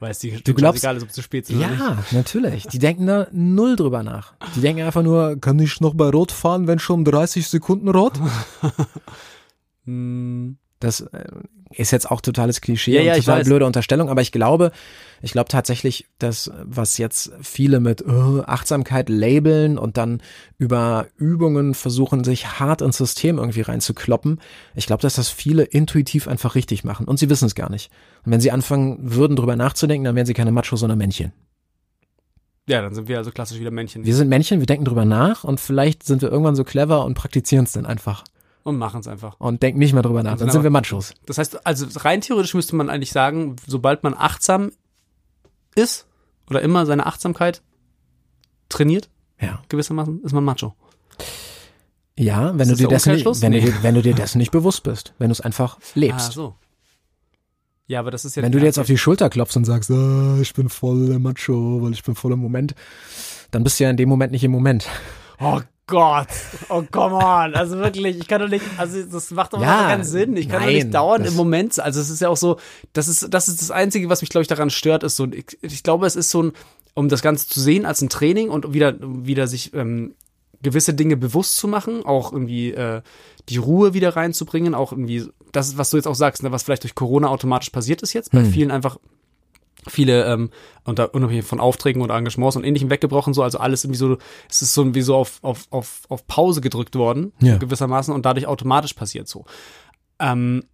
weil es die,
du glaubst-
egal ist, ob du zu spät sind oder nicht.
Ja, natürlich. Die denken da null drüber nach. Die denken einfach nur, kann ich noch bei Rot fahren, wenn schon 30 Sekunden rot?
Hm,
Das äh, ist jetzt auch totales Klischee
Ja,
und
ja, ich
total
weiß.
blöde Unterstellung, aber ich glaube, ich glaube tatsächlich, dass was jetzt viele mit äh, Achtsamkeit labeln und dann über Übungen versuchen, sich hart ins System irgendwie reinzukloppen, ich glaube, dass das viele intuitiv einfach richtig machen und sie wissen es gar nicht. Und wenn sie anfangen würden, drüber nachzudenken, dann wären sie keine Machos, sondern Männchen.
ja, dann sind wir also klassisch wieder Männchen
Wir sind Männchen, wir denken drüber nach und vielleicht sind wir irgendwann so clever und praktizieren es dann einfach
und machen es einfach.
und denken nicht mehr drüber nach.
Und
Dann
sind
sind wir
aber-
Machos.
Das heißt, also rein theoretisch müsste man eigentlich sagen, sobald man achtsam ist oder immer seine Achtsamkeit trainiert,
Ja.
gewissermaßen, ist man Macho.
Ja,
Ist
wenn du
das
dir
der
dessen,
Umkehrschluss?
wenn, du
Nee.
dir, wenn du dir dessen nicht bewusst bist, wenn du es einfach lebst.
Ah, so. Ja, aber das ist ja
Wenn du dir jetzt auf die Schulter klopfst und sagst, ah, ich bin voll der Macho, weil ich bin voll im Moment, dann bist du ja in dem Moment nicht im Moment.
Oh Gott, oh come on, also wirklich, ich kann doch nicht, also das macht doch
Ja,
gar keinen Sinn. Ich kann doch
nein,
nicht dauernd
das-
im Moment, sein. also es ist ja auch so, das ist das ist das einzige, was mich glaube ich daran stört, ist so ein- ich, ich glaube, es ist so ein um das Ganze zu sehen als ein Training und wieder wieder sich ähm, gewisse Dinge bewusst zu machen, auch irgendwie äh, die Ruhe wieder reinzubringen, auch irgendwie das was du jetzt auch sagst, ne, was vielleicht durch Corona automatisch passiert ist jetzt bei
Hm.
vielen einfach viele ähm, unter unabhängig von Aufträgen oder Engagements und ähnlichem weggebrochen so also alles irgendwie so es ist so irgendwie so auf auf, auf, auf Pause gedrückt worden
Ja.
gewissermaßen und dadurch automatisch passiert so ähm,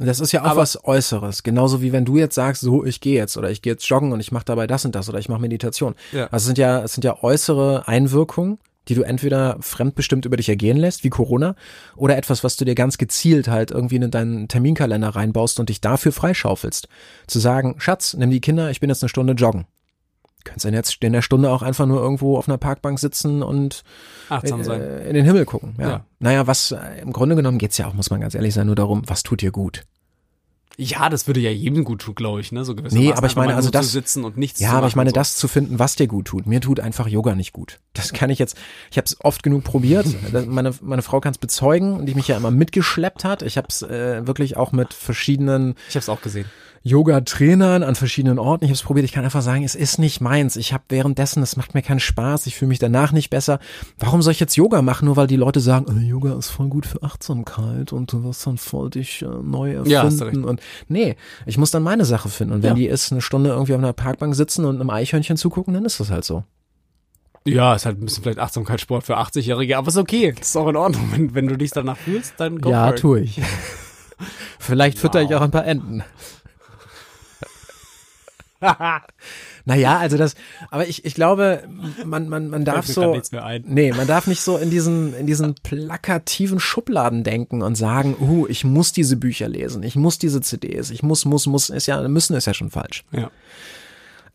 Ah. Das ist ja auch
Aber-
was Äußeres. Genauso wie wenn du jetzt sagst, so, ich gehe jetzt oder ich gehe jetzt joggen und ich mache dabei das und das oder ich mache Meditation.
Ja.
Also es sind ja, es sind ja äußere Einwirkungen, die du entweder fremdbestimmt über dich ergehen lässt, wie Corona, oder etwas, was du dir ganz gezielt halt irgendwie in deinen Terminkalender reinbaust und dich dafür freischaufelst. Zu sagen, Schatz, nimm die Kinder, ich bin jetzt eine Stunde joggen. Könntest dann jetzt in der Stunde auch einfach nur irgendwo auf einer Parkbank sitzen und
achtsam sein
äh, in den Himmel gucken. Ja.
Ja.
Naja, was äh, im Grunde genommen geht's ja auch, muss man ganz ehrlich sein, nur darum, was tut dir gut.
ja das würde ja jedem gut tun glaube ich ne so gewissermaßen
Nee, aber ich
einfach
meine,
mal
also
nur
das-
zu sitzen und nichts
Ja,
zu
aber ich
machen
meine,
und so.
das zu finden, was dir gut tut. Mir tut einfach Yoga nicht gut. Das kann ich jetzt, ich habe es oft genug probiert. Das- Meine, meine Frau kann es bezeugen, die mich ja immer mitgeschleppt hat. Ich habe es äh, wirklich auch mit verschiedenen
ich habe es auch gesehen
Yoga-Trainern an verschiedenen Orten. Ich habe es probiert. Ich kann einfach sagen, es ist nicht meins. Ich habe währenddessen, es macht mir keinen Spaß. Ich fühle mich danach nicht besser. Warum soll ich jetzt Yoga machen? Nur weil die Leute sagen, äh, Yoga ist voll gut für Achtsamkeit und du wirst dann voll dich äh, neu erfinden.
Ja, hast du
Und nee, ich muss dann meine Sache finden. Und wenn
Ja.
die ist, eine Stunde irgendwie auf einer Parkbank sitzen und einem Eichhörnchen zugucken, dann ist das halt so.
ja ist halt ein bisschen vielleicht Achtsamkeitssport für 80-Jährige aber ist okay ist auch in Ordnung wenn, wenn du dich danach fühlst dann go for it.
tue ich. Vielleicht fütter ich auch ein paar Enten. Naja, also das, aber ich, ich glaube, man, man, man darf
Fällt mir grad
so,
nichts mehr ein.
nee, man darf nicht so in diesen, in diesen plakativen Schubladen denken und sagen, uh, ich muss diese Bücher lesen, ich muss diese CDs, ich muss, muss, muss, ist ja, müssen ist ja schon falsch.
ja
Ich
ja,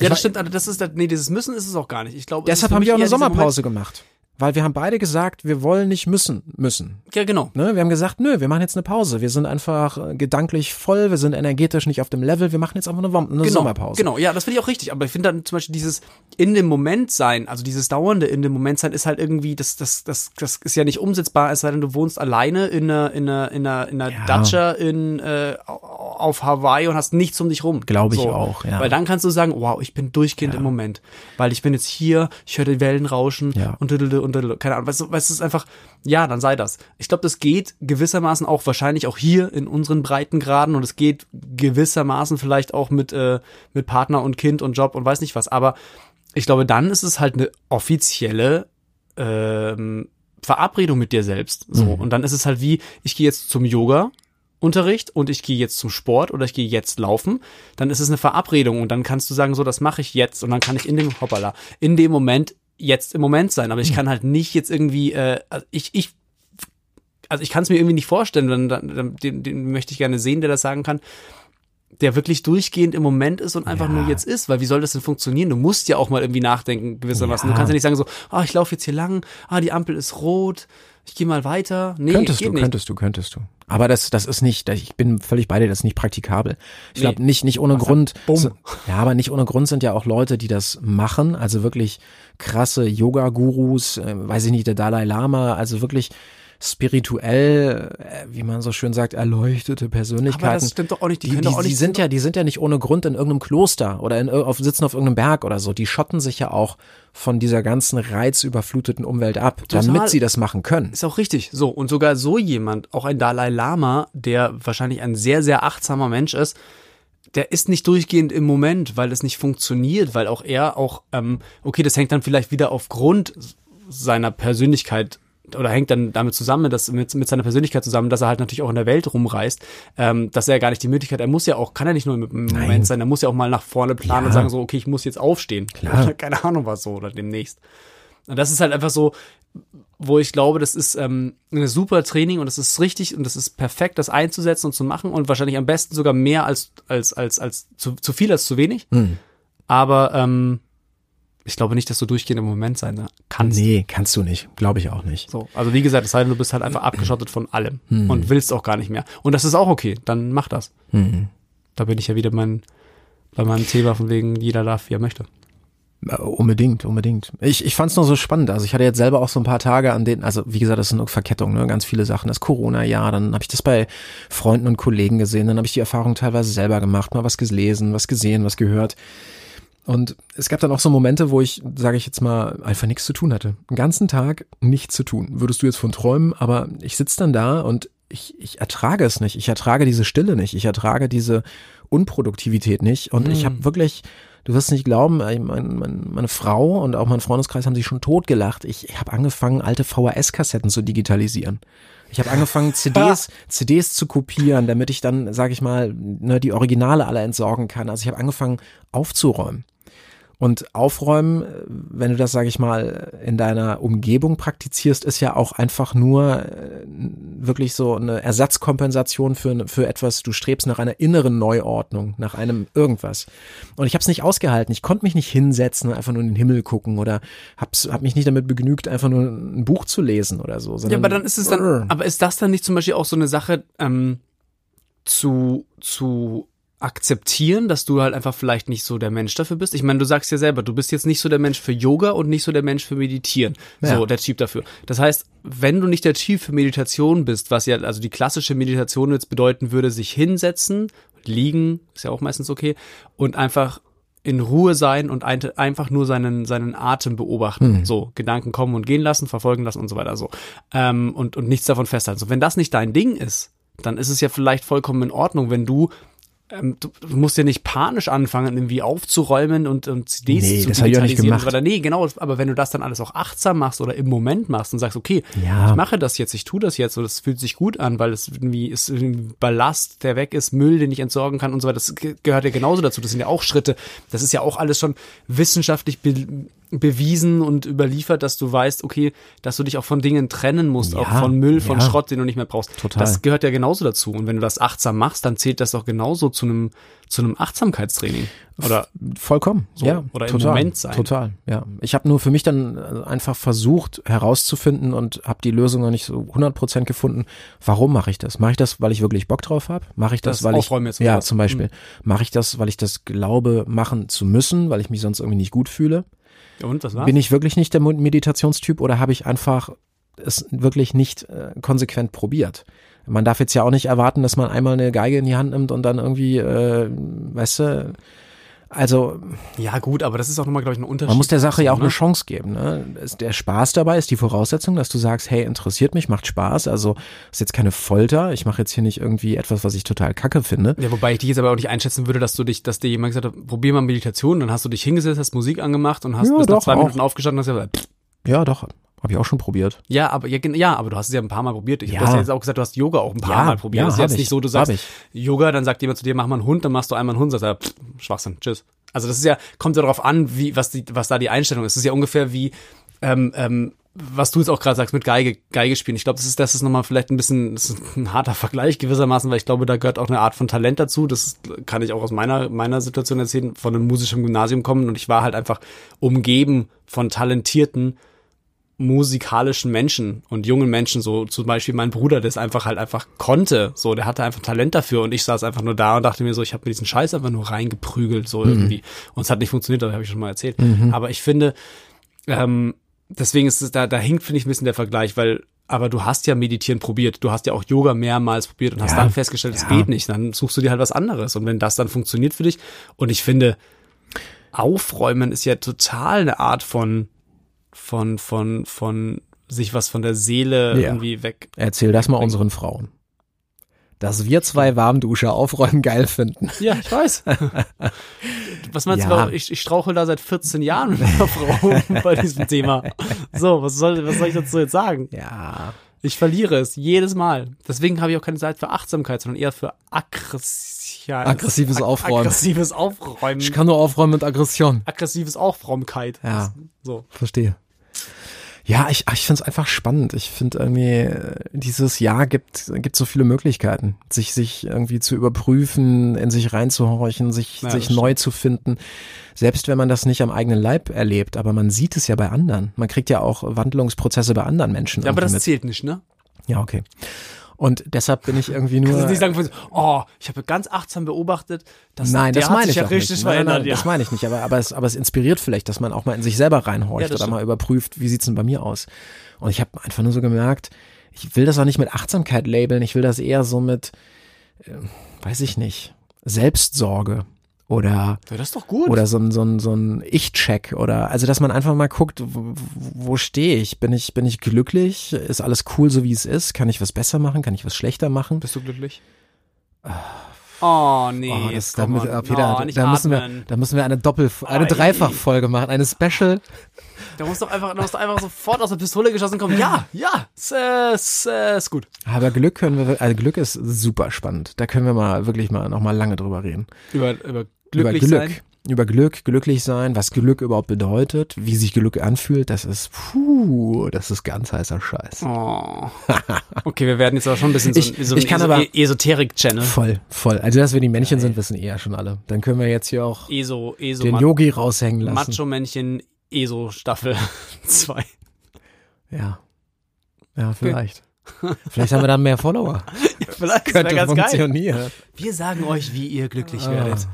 war-
das stimmt, also das ist, das- nee, dieses Müssen ist es auch gar nicht. Ich glaube, es ist
Deshalb
für
haben
mich
wir auch eine
eher dieser Moment-
Sommerpause gemacht. Weil wir haben beide gesagt, wir wollen nicht müssen, müssen.
Ja, genau.
Ne, wir haben gesagt, nö, wir machen jetzt eine Pause. Wir sind einfach äh, gedanklich voll, wir sind energetisch nicht auf dem Level, wir machen jetzt einfach eine, Wom- eine
genau,
Sommerpause.
Genau, ja, das finde ich auch richtig. Aber ich finde dann zum Beispiel dieses in dem Moment sein, also dieses dauernde in dem Moment sein, ist halt irgendwie, das, das, das, das ist ja nicht umsetzbar, es sei denn, du wohnst alleine in einer, in einer, in einer, in einer Datscha in, äh, auf Hawaii und hast nichts um dich rum.
Glaube ich auch, ja.
Weil dann kannst du sagen, wow, ich bin durchgehend im Moment. Weil ich bin jetzt hier, ich höre die Wellen rauschen
Ja.
und düdelde und düdelde. Keine Ahnung, weißt du, weißt du, es ist einfach, ja, dann sei das. Ich glaube, das geht gewissermaßen auch wahrscheinlich auch hier in unseren Breitengraden und es geht gewissermaßen vielleicht auch mit, äh, mit Partner und Kind und Job und weiß nicht was. Aber ich glaube, dann ist es halt eine offizielle ähm, Verabredung mit dir selbst. So.
Mhm.
Und dann ist es halt wie, ich gehe jetzt zum Yoga. Unterricht und ich gehe jetzt zum Sport oder ich gehe jetzt laufen, dann ist es eine Verabredung und dann kannst du sagen, so, das mache ich jetzt und dann kann ich in dem, hoppala, in dem Moment jetzt im Moment sein, aber ich kann halt nicht jetzt irgendwie, äh, also ich, ich, also ich kann es mir irgendwie nicht vorstellen, dann, dann, dann den, den möchte ich gerne sehen, der das sagen kann, der wirklich durchgehend im Moment ist und einfach
Ja.
nur jetzt ist, weil wie soll das denn funktionieren? Du musst ja auch mal irgendwie nachdenken gewissermaßen.
Ja.
Du kannst ja nicht sagen so, ah, ich laufe jetzt hier lang, ah, die Ampel ist rot, ich gehe mal weiter. Nee,
könntest
geht
du,
nicht.
könntest du, könntest du. Aber das, das ist nicht, ich bin völlig bei dir, das ist nicht praktikabel. Ich glaube,
Nee.
nicht, nicht ohne Grund.
bumm.
sind- Ja, aber nicht ohne Grund sind ja auch Leute, die das machen. Also wirklich krasse Yoga-Gurus, äh, weiß ich nicht, der Dalai Lama, also wirklich spirituell, äh, wie man so schön sagt, erleuchtete Persönlichkeiten.
Aber das stimmt doch auch nicht, die
die,
können
die,
doch auch
die
nicht- genau
sind ja, die sind ja nicht ohne Grund in irgendeinem Kloster oder in, ir- auf, sitzen auf irgendeinem Berg oder so. Die schotten sich ja auch von dieser ganzen reizüberfluteten Umwelt ab, damit
Total.
sie das machen können.
Ist auch richtig. So, und sogar so jemand, auch ein Dalai Lama, der wahrscheinlich ein sehr, sehr achtsamer Mensch ist, der ist nicht durchgehend im Moment, weil es nicht funktioniert, weil auch er auch, ähm, okay, das hängt dann vielleicht wieder aufgrund seiner Persönlichkeit oder hängt dann damit zusammen, dass mit, mit seiner Persönlichkeit zusammen, dass er halt natürlich auch in der Welt rumreist, ähm, dass er gar nicht die Möglichkeit, er muss ja auch, kann er nicht nur im Moment sein, er muss ja auch mal nach vorne planen und sagen so, okay, ich muss jetzt aufstehen.
Klar.
Oder keine Ahnung was so oder demnächst. Und das ist halt einfach so, wo ich glaube, das ist ähm, ein super Training und das ist richtig und das ist perfekt, das einzusetzen und zu machen und wahrscheinlich am besten sogar mehr als, als, als, als zu, zu viel als zu wenig. Aber ähm, ich glaube nicht, dass du durchgehend im Moment sein kannst.
Nee, kannst du nicht. Glaube ich auch nicht.
So, also wie gesagt, es sei denn, du bist halt einfach abgeschottet von allem und willst auch gar nicht mehr. Und das ist auch okay, dann mach das. Da bin ich ja wieder mein, bei meinem Thema von wegen, jeder darf, wie er möchte.
Äh, Unbedingt, unbedingt. Ich, ich fand es nur so spannend. Also ich hatte jetzt selber auch so ein paar Tage, an denen, also wie gesagt, das sind nur Verkettungen, ne? ganz viele Sachen. Das Corona-Jahr, dann habe ich das bei Freunden und Kollegen gesehen, dann habe ich die Erfahrung teilweise selber gemacht, mal was gelesen, was gesehen, was gehört. Und es gab dann auch so Momente, wo ich, sage ich jetzt mal, einfach nichts zu tun hatte. Den ganzen Tag nichts zu tun. Würdest du jetzt von träumen, aber ich sitze dann da und ich, ich ertrage es nicht. Ich ertrage diese Stille nicht. Ich ertrage diese Unproduktivität nicht. Und ich habe wirklich, du wirst nicht glauben, ey, mein, mein, meine Frau und auch mein Freundeskreis haben sich schon totgelacht. Ich, ich habe angefangen, alte VHS-Kassetten zu digitalisieren. Ich habe angefangen, CDs, CDs zu kopieren, damit ich dann, sage ich mal, ne, die Originale alle entsorgen kann. Also ich habe angefangen, aufzuräumen. Und aufräumen, wenn du das, sage ich mal, in deiner Umgebung praktizierst, ist ja auch einfach nur äh, wirklich so eine Ersatzkompensation für, für etwas. Du strebst nach einer inneren Neuordnung, nach einem irgendwas. Und ich habe es nicht ausgehalten. Ich konnte mich nicht hinsetzen, einfach nur in den Himmel gucken oder hab's, hab mich nicht damit begnügt, einfach nur ein Buch zu lesen oder so.
Ja,
sondern-
aber dann ist es dann, aber ist das dann nicht zum Beispiel auch so eine Sache ähm, zu, zu akzeptieren, dass du halt einfach vielleicht nicht so der Mensch dafür bist? Ich meine, du sagst ja selber, du bist jetzt nicht so der Mensch für Yoga und nicht so der Mensch für Meditieren.
Ja.
So, der Typ dafür. Das heißt, wenn du nicht der Typ für Meditation bist, was ja, also die klassische Meditation jetzt bedeuten würde, sich hinsetzen, liegen, ist ja auch meistens okay, und einfach in Ruhe sein und ein, einfach nur seinen, seinen Atem beobachten.
Hm.
So, Gedanken kommen und gehen lassen, verfolgen lassen und so weiter. So. Ähm, und, und nichts davon festhalten. So, wenn das nicht dein Ding ist, dann ist es ja vielleicht vollkommen in Ordnung, wenn du, ähm, du, du musst ja nicht panisch anfangen, irgendwie aufzuräumen und, und CDs
Nee,
zu
das hab ich auch nicht
digitalisieren und so
gemacht.
weiter. Nee, genau, aber wenn du das dann alles auch achtsam machst oder im Moment machst und sagst, okay,
Ja.
ich mache das jetzt, ich tue das jetzt und es fühlt sich gut an, weil es irgendwie ist irgendwie Ballast, der weg ist, Müll, den ich entsorgen kann und so weiter, das ge- gehört ja genauso dazu, das sind ja auch Schritte, das ist ja auch alles schon wissenschaftlich be bewiesen und überliefert, dass du weißt, okay, dass du dich auch von Dingen trennen musst, auch
Ja,
von Müll, von
ja.
Schrott, den du nicht mehr brauchst.
Total.
Das gehört ja genauso dazu und wenn du das achtsam machst, dann zählt das doch genauso zu einem zu einem Achtsamkeitstraining oder
Vollkommen.
So,
ja,
oder im
total,
Moment sein.
Total, ja. Ich habe nur für mich dann äh, einfach versucht herauszufinden und habe die Lösung noch nicht so 100% gefunden. Warum mache ich das? Mache ich das, weil ich wirklich Bock drauf habe? Mache ich das,
Das
weil ich
Aufräumen jetzt Mhm.
ja,
oder was?
zum Beispiel, mache ich das, weil ich das glaube machen zu müssen, weil ich mich sonst irgendwie nicht gut fühle?
und was war?
Bin ich wirklich nicht der Mo- Meditationstyp oder habe ich einfach es wirklich nicht äh, konsequent probiert? Man darf jetzt ja auch nicht erwarten, dass man einmal eine Geige in die Hand nimmt und dann irgendwie, äh, weißt du, also
Ja, gut, aber das ist auch nochmal, glaube ich, ein Unterschied.
man muss der Sache ja auch
ne?
eine Chance geben. Ne? Es- Der Spaß dabei ist die Voraussetzung, dass du sagst, hey, interessiert mich, macht Spaß. Also ist jetzt keine Folter. Ich mache jetzt hier nicht irgendwie etwas, was ich total kacke finde.
Ja, wobei ich dich jetzt aber auch nicht einschätzen würde, dass du dich, dass dir jemand gesagt hat, probier mal Meditation, dann hast du dich hingesetzt, hast Musik angemacht und hast
Ja,
bis nach
doch,
zwei
auch.
Minuten aufgestanden und hast gesagt, pff,
Ja, doch. Habe ich auch schon probiert.
ja, aber ja, gen- ja, aber du hast es ja ein paar Mal probiert. Ich
Ja.
du hast ja jetzt auch gesagt, du hast Yoga auch ein paar
Ja,
Mal probiert.
ja,
das ist
hab
jetzt
ich,
nicht so, du
hab
sagst Yoga, dann sagt jemand zu dir, mach mal einen Hund, dann machst du einmal einen Hund, sagst er, pff, Schwachsinn, tschüss. Also das ist ja, kommt ja darauf an, wie, was die, was da die Einstellung ist. Das ist ja ungefähr wie, ähm, ähm, was du jetzt auch gerade sagst mit Geige, Geige spielen. Ich glaube, das ist, das ist nochmal vielleicht ein bisschen das ist ein harter Vergleich gewissermaßen, weil ich glaube, da gehört auch eine Art von Talent dazu. Das kann ich auch aus meiner, meiner Situation erzählen, von einem musischen Gymnasium kommen und ich war halt einfach umgeben von talentierten musikalischen Menschen und jungen Menschen, so zum Beispiel mein Bruder, der es einfach halt einfach konnte, so, der hatte einfach Talent dafür und ich saß einfach nur da und dachte mir so, ich habe mir diesen Scheiß einfach nur reingeprügelt,
Mhm.
so irgendwie. Und es hat nicht funktioniert, das habe ich schon mal erzählt. Aber ich finde, ähm, deswegen ist es da, da hinkt, finde ich, ein bisschen der Vergleich, weil, aber du hast ja meditieren probiert, du hast ja auch Yoga mehrmals probiert und hast
Ja,
dann festgestellt, es
ja.
geht nicht, dann suchst du dir halt was anderes und wenn das dann funktioniert für dich und ich finde, Aufräumen ist ja total eine Art von, von, von, von sich was von der Seele
Ja.
irgendwie weg.
Erzähl das mal unseren Frauen. Dass wir zwei Warmduscher aufräumen geil finden.
Ja, ich weiß. Was meinst
Ja.
du, ich, ich strauchel da seit 14 Jahren mit meiner Frau rum bei diesem Thema. So, was soll, was soll ich dazu jetzt sagen?
Ja.
Ich verliere es jedes Mal. Deswegen habe ich auch keine Zeit für Achtsamkeit, sondern eher für aggressives,
Aggressives Aufräumen.
Aggressives Aufräumen.
Ich kann nur aufräumen mit Aggression.
aggressives Aufräumkeit.
Ja.
So.
Verstehe. Ja, ich, ich finde es einfach spannend. Ich finde irgendwie, äh, dieses Jahr gibt, gibt so viele Möglichkeiten, sich, sich irgendwie zu überprüfen, in sich reinzuhorchen, sich,
Ja, das
sich neu zu finden. Selbst wenn man das nicht am eigenen Leib erlebt, aber man sieht es ja bei anderen. Man kriegt ja auch Wandlungsprozesse bei anderen Menschen.
Ja, aber
irgendwie
das
mit.
zählt nicht, ne?
Ja, okay. Und deshalb bin ich irgendwie nur.
Kannst du nicht sagen, von so, oh, ich habe ganz achtsam beobachtet, dass
Nein,
der
das
hat
meine
sich
ich
ja
auch
richtig
nicht. Nein,
verändert.
nein,
ja.
Das meine ich nicht, aber, aber, es, aber es inspiriert vielleicht, dass man auch mal in sich selber
Ja,
reinhorcht
das
oder mal überprüft, wie sieht's denn bei mir aus. Und ich habe einfach nur so gemerkt, ich will das auch nicht mit Achtsamkeit labeln, ich will das eher so mit, äh, weiß ich nicht, Selbstsorge oder
Ja, das ist doch gut.
oder so ein, so ein, so ein Ich-Check oder also dass man einfach mal guckt, wo, wo stehe ich? Bin ich, bin ich glücklich? Ist alles cool so wie es ist? Kann ich was besser machen? Kann ich was schlechter machen?
Bist du glücklich? Oh, Ah, nee.
Oh, das, da,
come
müssen,
on.
ah, Peter,
oh, nicht
da, müssen wir,
atmen.
da müssen wir eine Doppel, eine
Ah,
Dreifachfolge machen, eine Special.
Da musst du einfach, da musst du einfach sofort aus der Pistole geschossen kommen. Ja, ja, ist, äh, ist, äh, ist gut.
Aber Glück können wir, also Glück ist super spannend. Da können wir mal wirklich mal nochmal lange drüber reden.
Über, über glücklich
über Glück,
sein.
über Glück, glücklich sein, was Glück überhaupt bedeutet, wie sich Glück anfühlt, das ist, puh, das ist ganz heißer Scheiß.
Oh. Okay, wir werden jetzt aber schon ein bisschen so,
Ich-
ein- so
ich
ein
kann
Eso-
aber-
E- Esoterik-Channel.
Voll, voll. Also dass wir die Männchen sind, wissen eh ja schon alle. Dann können wir jetzt hier auch
ESO, ESO,
den
Ma-
Yogi raushängen lassen.
Macho-Männchen, ESO-Staffel 2.
Ja, ja, vielleicht. vielleicht haben wir dann mehr Follower.
Vielleicht das wär
Könnte
ganz geil.
funktionieren. Ah.
Wir sagen euch, wie ihr glücklich werdet.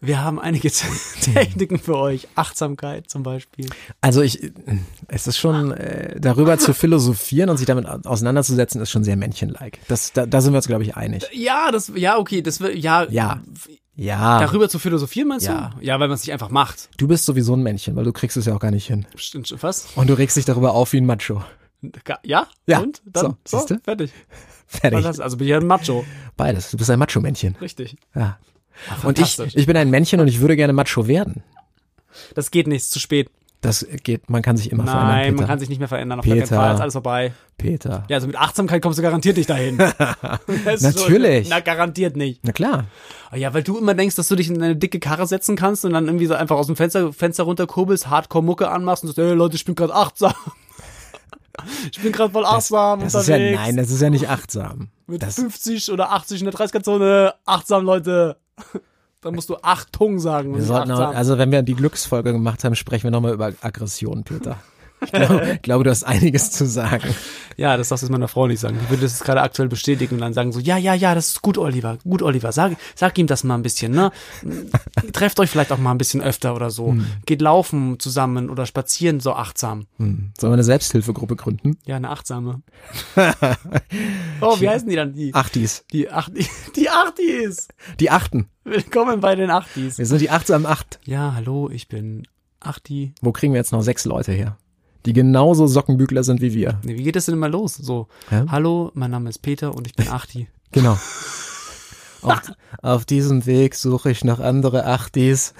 Wir haben einige Techniken für euch. Achtsamkeit zum Beispiel.
Also ich, es ist schon, äh, darüber zu philosophieren und sich damit au- auseinanderzusetzen, ist schon sehr männchen-like. Das, da, da sind wir uns, glaube ich, einig.
Ja, das, ja, okay, das wird, ja,
Ja. Ja,
Darüber zu philosophieren meinst
Ja.
du? Ja, weil man es nicht einfach macht.
du bist sowieso ein Männchen, weil du kriegst es ja auch gar nicht hin.
Stimmt, schon fast.
Und du regst dich darüber auf wie ein Macho.
Ga- Ja?
Ja,
Und dann
so,
so,
siehste?
fertig.
Fertig.
Fantastisch. Also bin ich ja ein Macho.
Beides. Du bist ein Macho-Männchen.
Richtig.
Ja. Und ich,
fantastisch.
ich bin ein Männchen und ich würde gerne Macho werden.
Das geht nicht, ist zu spät.
Das geht, man kann sich immer
Nein,
verändern,
man
Peter.
kann sich nicht mehr verändern. Auf
Peter.
gar keinen Fall, ist alles vorbei.
Peter.
Ja, also mit Achtsamkeit kommst du garantiert nicht dahin. Das ist so-
Natürlich.
na, garantiert nicht. Ah
Na klar.
Ja, weil du immer denkst, dass du dich in eine dicke Karre setzen kannst und dann irgendwie so einfach aus dem Fenster, Fenster runterkurbelst, Hardcore-Mucke anmachst und sagst, hey Leute, ich bin gerade achtsam. Ich bin gerade voll achtsam
Das
unterwegs.
ist ja, nein, das ist ja nicht achtsam.
mit
Das,
50 oder 80 in der 30er-Zone. Achtsam, Leute. Dann musst du Achtung sagen. und
wir
nicht
sollten auch,
achtsam.
also wenn wir die Glücksfolge gemacht haben, sprechen wir nochmal über Aggression, Peter. Ich glaube, ich glaube, du hast einiges zu sagen.
ja, das darfst du jetzt meiner Frau nicht sagen. Die würde das jetzt gerade aktuell bestätigen und dann sagen so, ja, ja, ja, das ist gut, Oliver. Gut, Oliver. Sag, sag ihm das mal ein bisschen, ne? Trefft euch vielleicht auch mal ein bisschen öfter oder so.
Hm.
Geht laufen zusammen oder spazieren so achtsam.
Sollen wir eine Selbsthilfegruppe gründen?
Ja, eine achtsame. oh, wie heißen die dann? Die,
Achtis.
die, Acht, die Achtis.
Die Achten.
Willkommen bei den Achtis.
Wir sind die Achtsamen Acht.
Ja, hallo, ich bin Achti.
Wo kriegen wir jetzt noch sechs Leute her? Die genauso Sockenbügler sind wie wir.
Nee, wie geht das denn immer los? So,
Hä?
hallo, mein Name ist Peter und ich bin Achti.
Genau. auf, auf diesem Weg suche ich nach andere Achtis.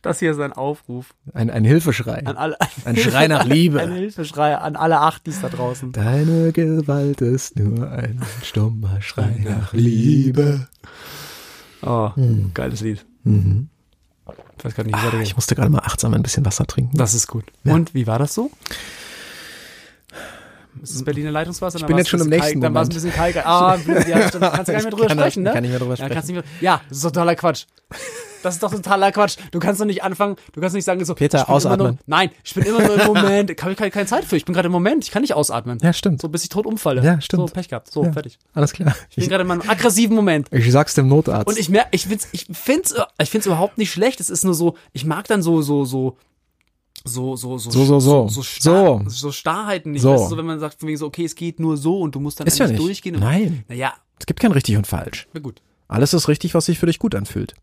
Das hier ist ein Aufruf
Ein, ein Hilfeschrei.
an alle.
Ein Schrei nach
Ein
Liebe.
Hilfeschrei an alle Achtis da draußen.
Deine Gewalt ist nur ein stummer Schrei nach Liebe. Hm. Mhm.
Oh, geiles Lied. Ich weiß gerade nicht, wie
Ah,
weitergeht.
ich musste gerade mal achtsam ein bisschen Wasser trinken.
Das ist gut.
Ja.
Und wie war das so? Ist das Berliner Leitungswasser? Ich
bin jetzt schon im nächsten
Dann war es ein bisschen kalt. Ah, blöd, ja, stimmt. Kannst du gar nicht mehr drüber
Kann ich-
sprechen, ne?
kann ich mehr drüber
Ja,
sprechen.
kannst nicht mehr, ja, das ist totaler Quatsch. Das ist doch totaler Quatsch. Du kannst doch nicht anfangen, du kannst nicht sagen, so,
Peter,
ich bin Immer
ausatmen.
nur, nein, ich bin immer nur im Moment. Ich habe keine, keine Zeit für. Ich bin gerade im Moment. Ich kann nicht ausatmen.
Ja, stimmt.
So, bis ich tot umfalle.
Ja, stimmt.
So, Pech gehabt. So,
Ja,
fertig.
Alles klar.
Ich bin
Ich,
gerade in meinem aggressiven Moment.
ich sag's dem Notarzt.
Und ich merke, ich find's, ich find's, äh, ich find's überhaupt nicht schlecht. Es ist nur so, ich mag dann so, so, so, so, so, so,
So, so, so.
so, Starr,
So.
so. Starrheiten nicht.
So.
Weißt du, so, wenn man sagt, von wegen so, okay, es geht nur so und du musst dann
ist ja
eigentlich
nicht.
durchgehen. Und,
Nein,
naja,
es gibt kein richtig und falsch.
na gut.
Alles ist richtig, was sich für dich gut anfühlt.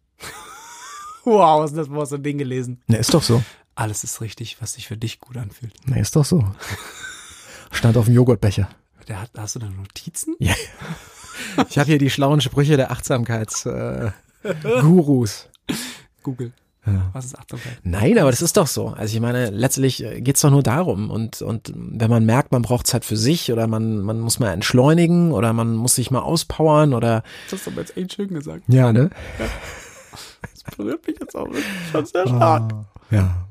Wow, was ist das, was so ein Ding gelesen?
Ne, ist doch so.
Alles ist richtig, was sich für dich gut anfühlt.
Ne, ist doch so. Stand auf dem Joghurtbecher.
Der hat, hast du da Notizen?
Ja. Ich habe hier die schlauen Sprüche der Achtsamkeits-Gurus. Äh, Gurus.
Google.
Ja.
Was ist Achtsamkeit?
Nein, aber das ist doch so. Also ich meine, letztlich äh, geht's doch nur darum. Und, und wenn man merkt, man braucht Zeit für sich oder man, man muss mal entschleunigen oder man muss sich mal auspowern oder
Das hast du aber jetzt echt schön gesagt.
Ja, ne?
Das berührt mich jetzt auch wirklich schon
Ah.
sehr stark.
Ja.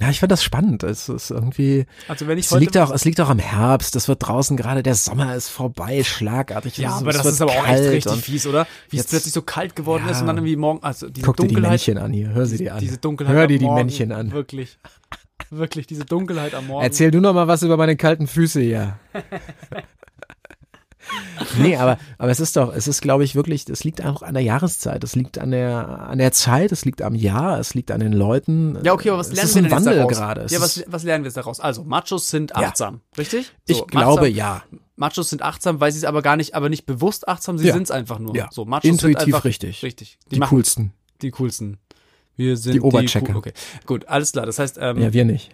Ja, ich finde das spannend. Es ist irgendwie.
Also wenn ich
Es
heute
liegt, auch, es liegt auch am Herbst. Es wird draußen gerade, der Sommer ist vorbei, schlagartig.
Ja,
es,
aber
es
das
wird
ist aber auch echt
kalt
richtig
und-
fies, oder? Wie es
Jetzt-
plötzlich so kalt geworden
Ja.
ist und dann irgendwie morgen, also diese
Guck dir die
Dunkelheit,
Männchen an hier. Hör sie dir an.
diese Dunkelheit
Hör
am
dir die
Morgen,
Männchen an.
Wirklich. Wirklich, diese Dunkelheit am Morgen.
Erzähl du noch mal was über meine kalten Füße hier. nee, aber, aber es ist doch, es ist, glaube ich, wirklich, es liegt auch an der Jahreszeit, es liegt an der, an der Zeit, es liegt am Jahr, es liegt an den Leuten.
Ja, okay, aber was
es
lernen
ist
wir
ein
denn
Wandel
jetzt daraus?
gerade. Es
Ja, was,
ist,
was lernen wir jetzt daraus? Also, Machos sind
Ja.
achtsam, richtig? So,
ich glaube,
achtsam,
ja.
Machos sind achtsam, weil sie es aber gar nicht, aber nicht bewusst achtsam, sie
Ja.
sind es einfach nur.
Ja.
So, Machos
Intuitiv
sind einfach,
richtig.
Richtig. Die,
Die
machen
coolsten.
die coolsten. Wir sind
Die Oberchecker.
cool- okay, gut, alles klar. Das heißt, ähm,
Ja, wir nicht.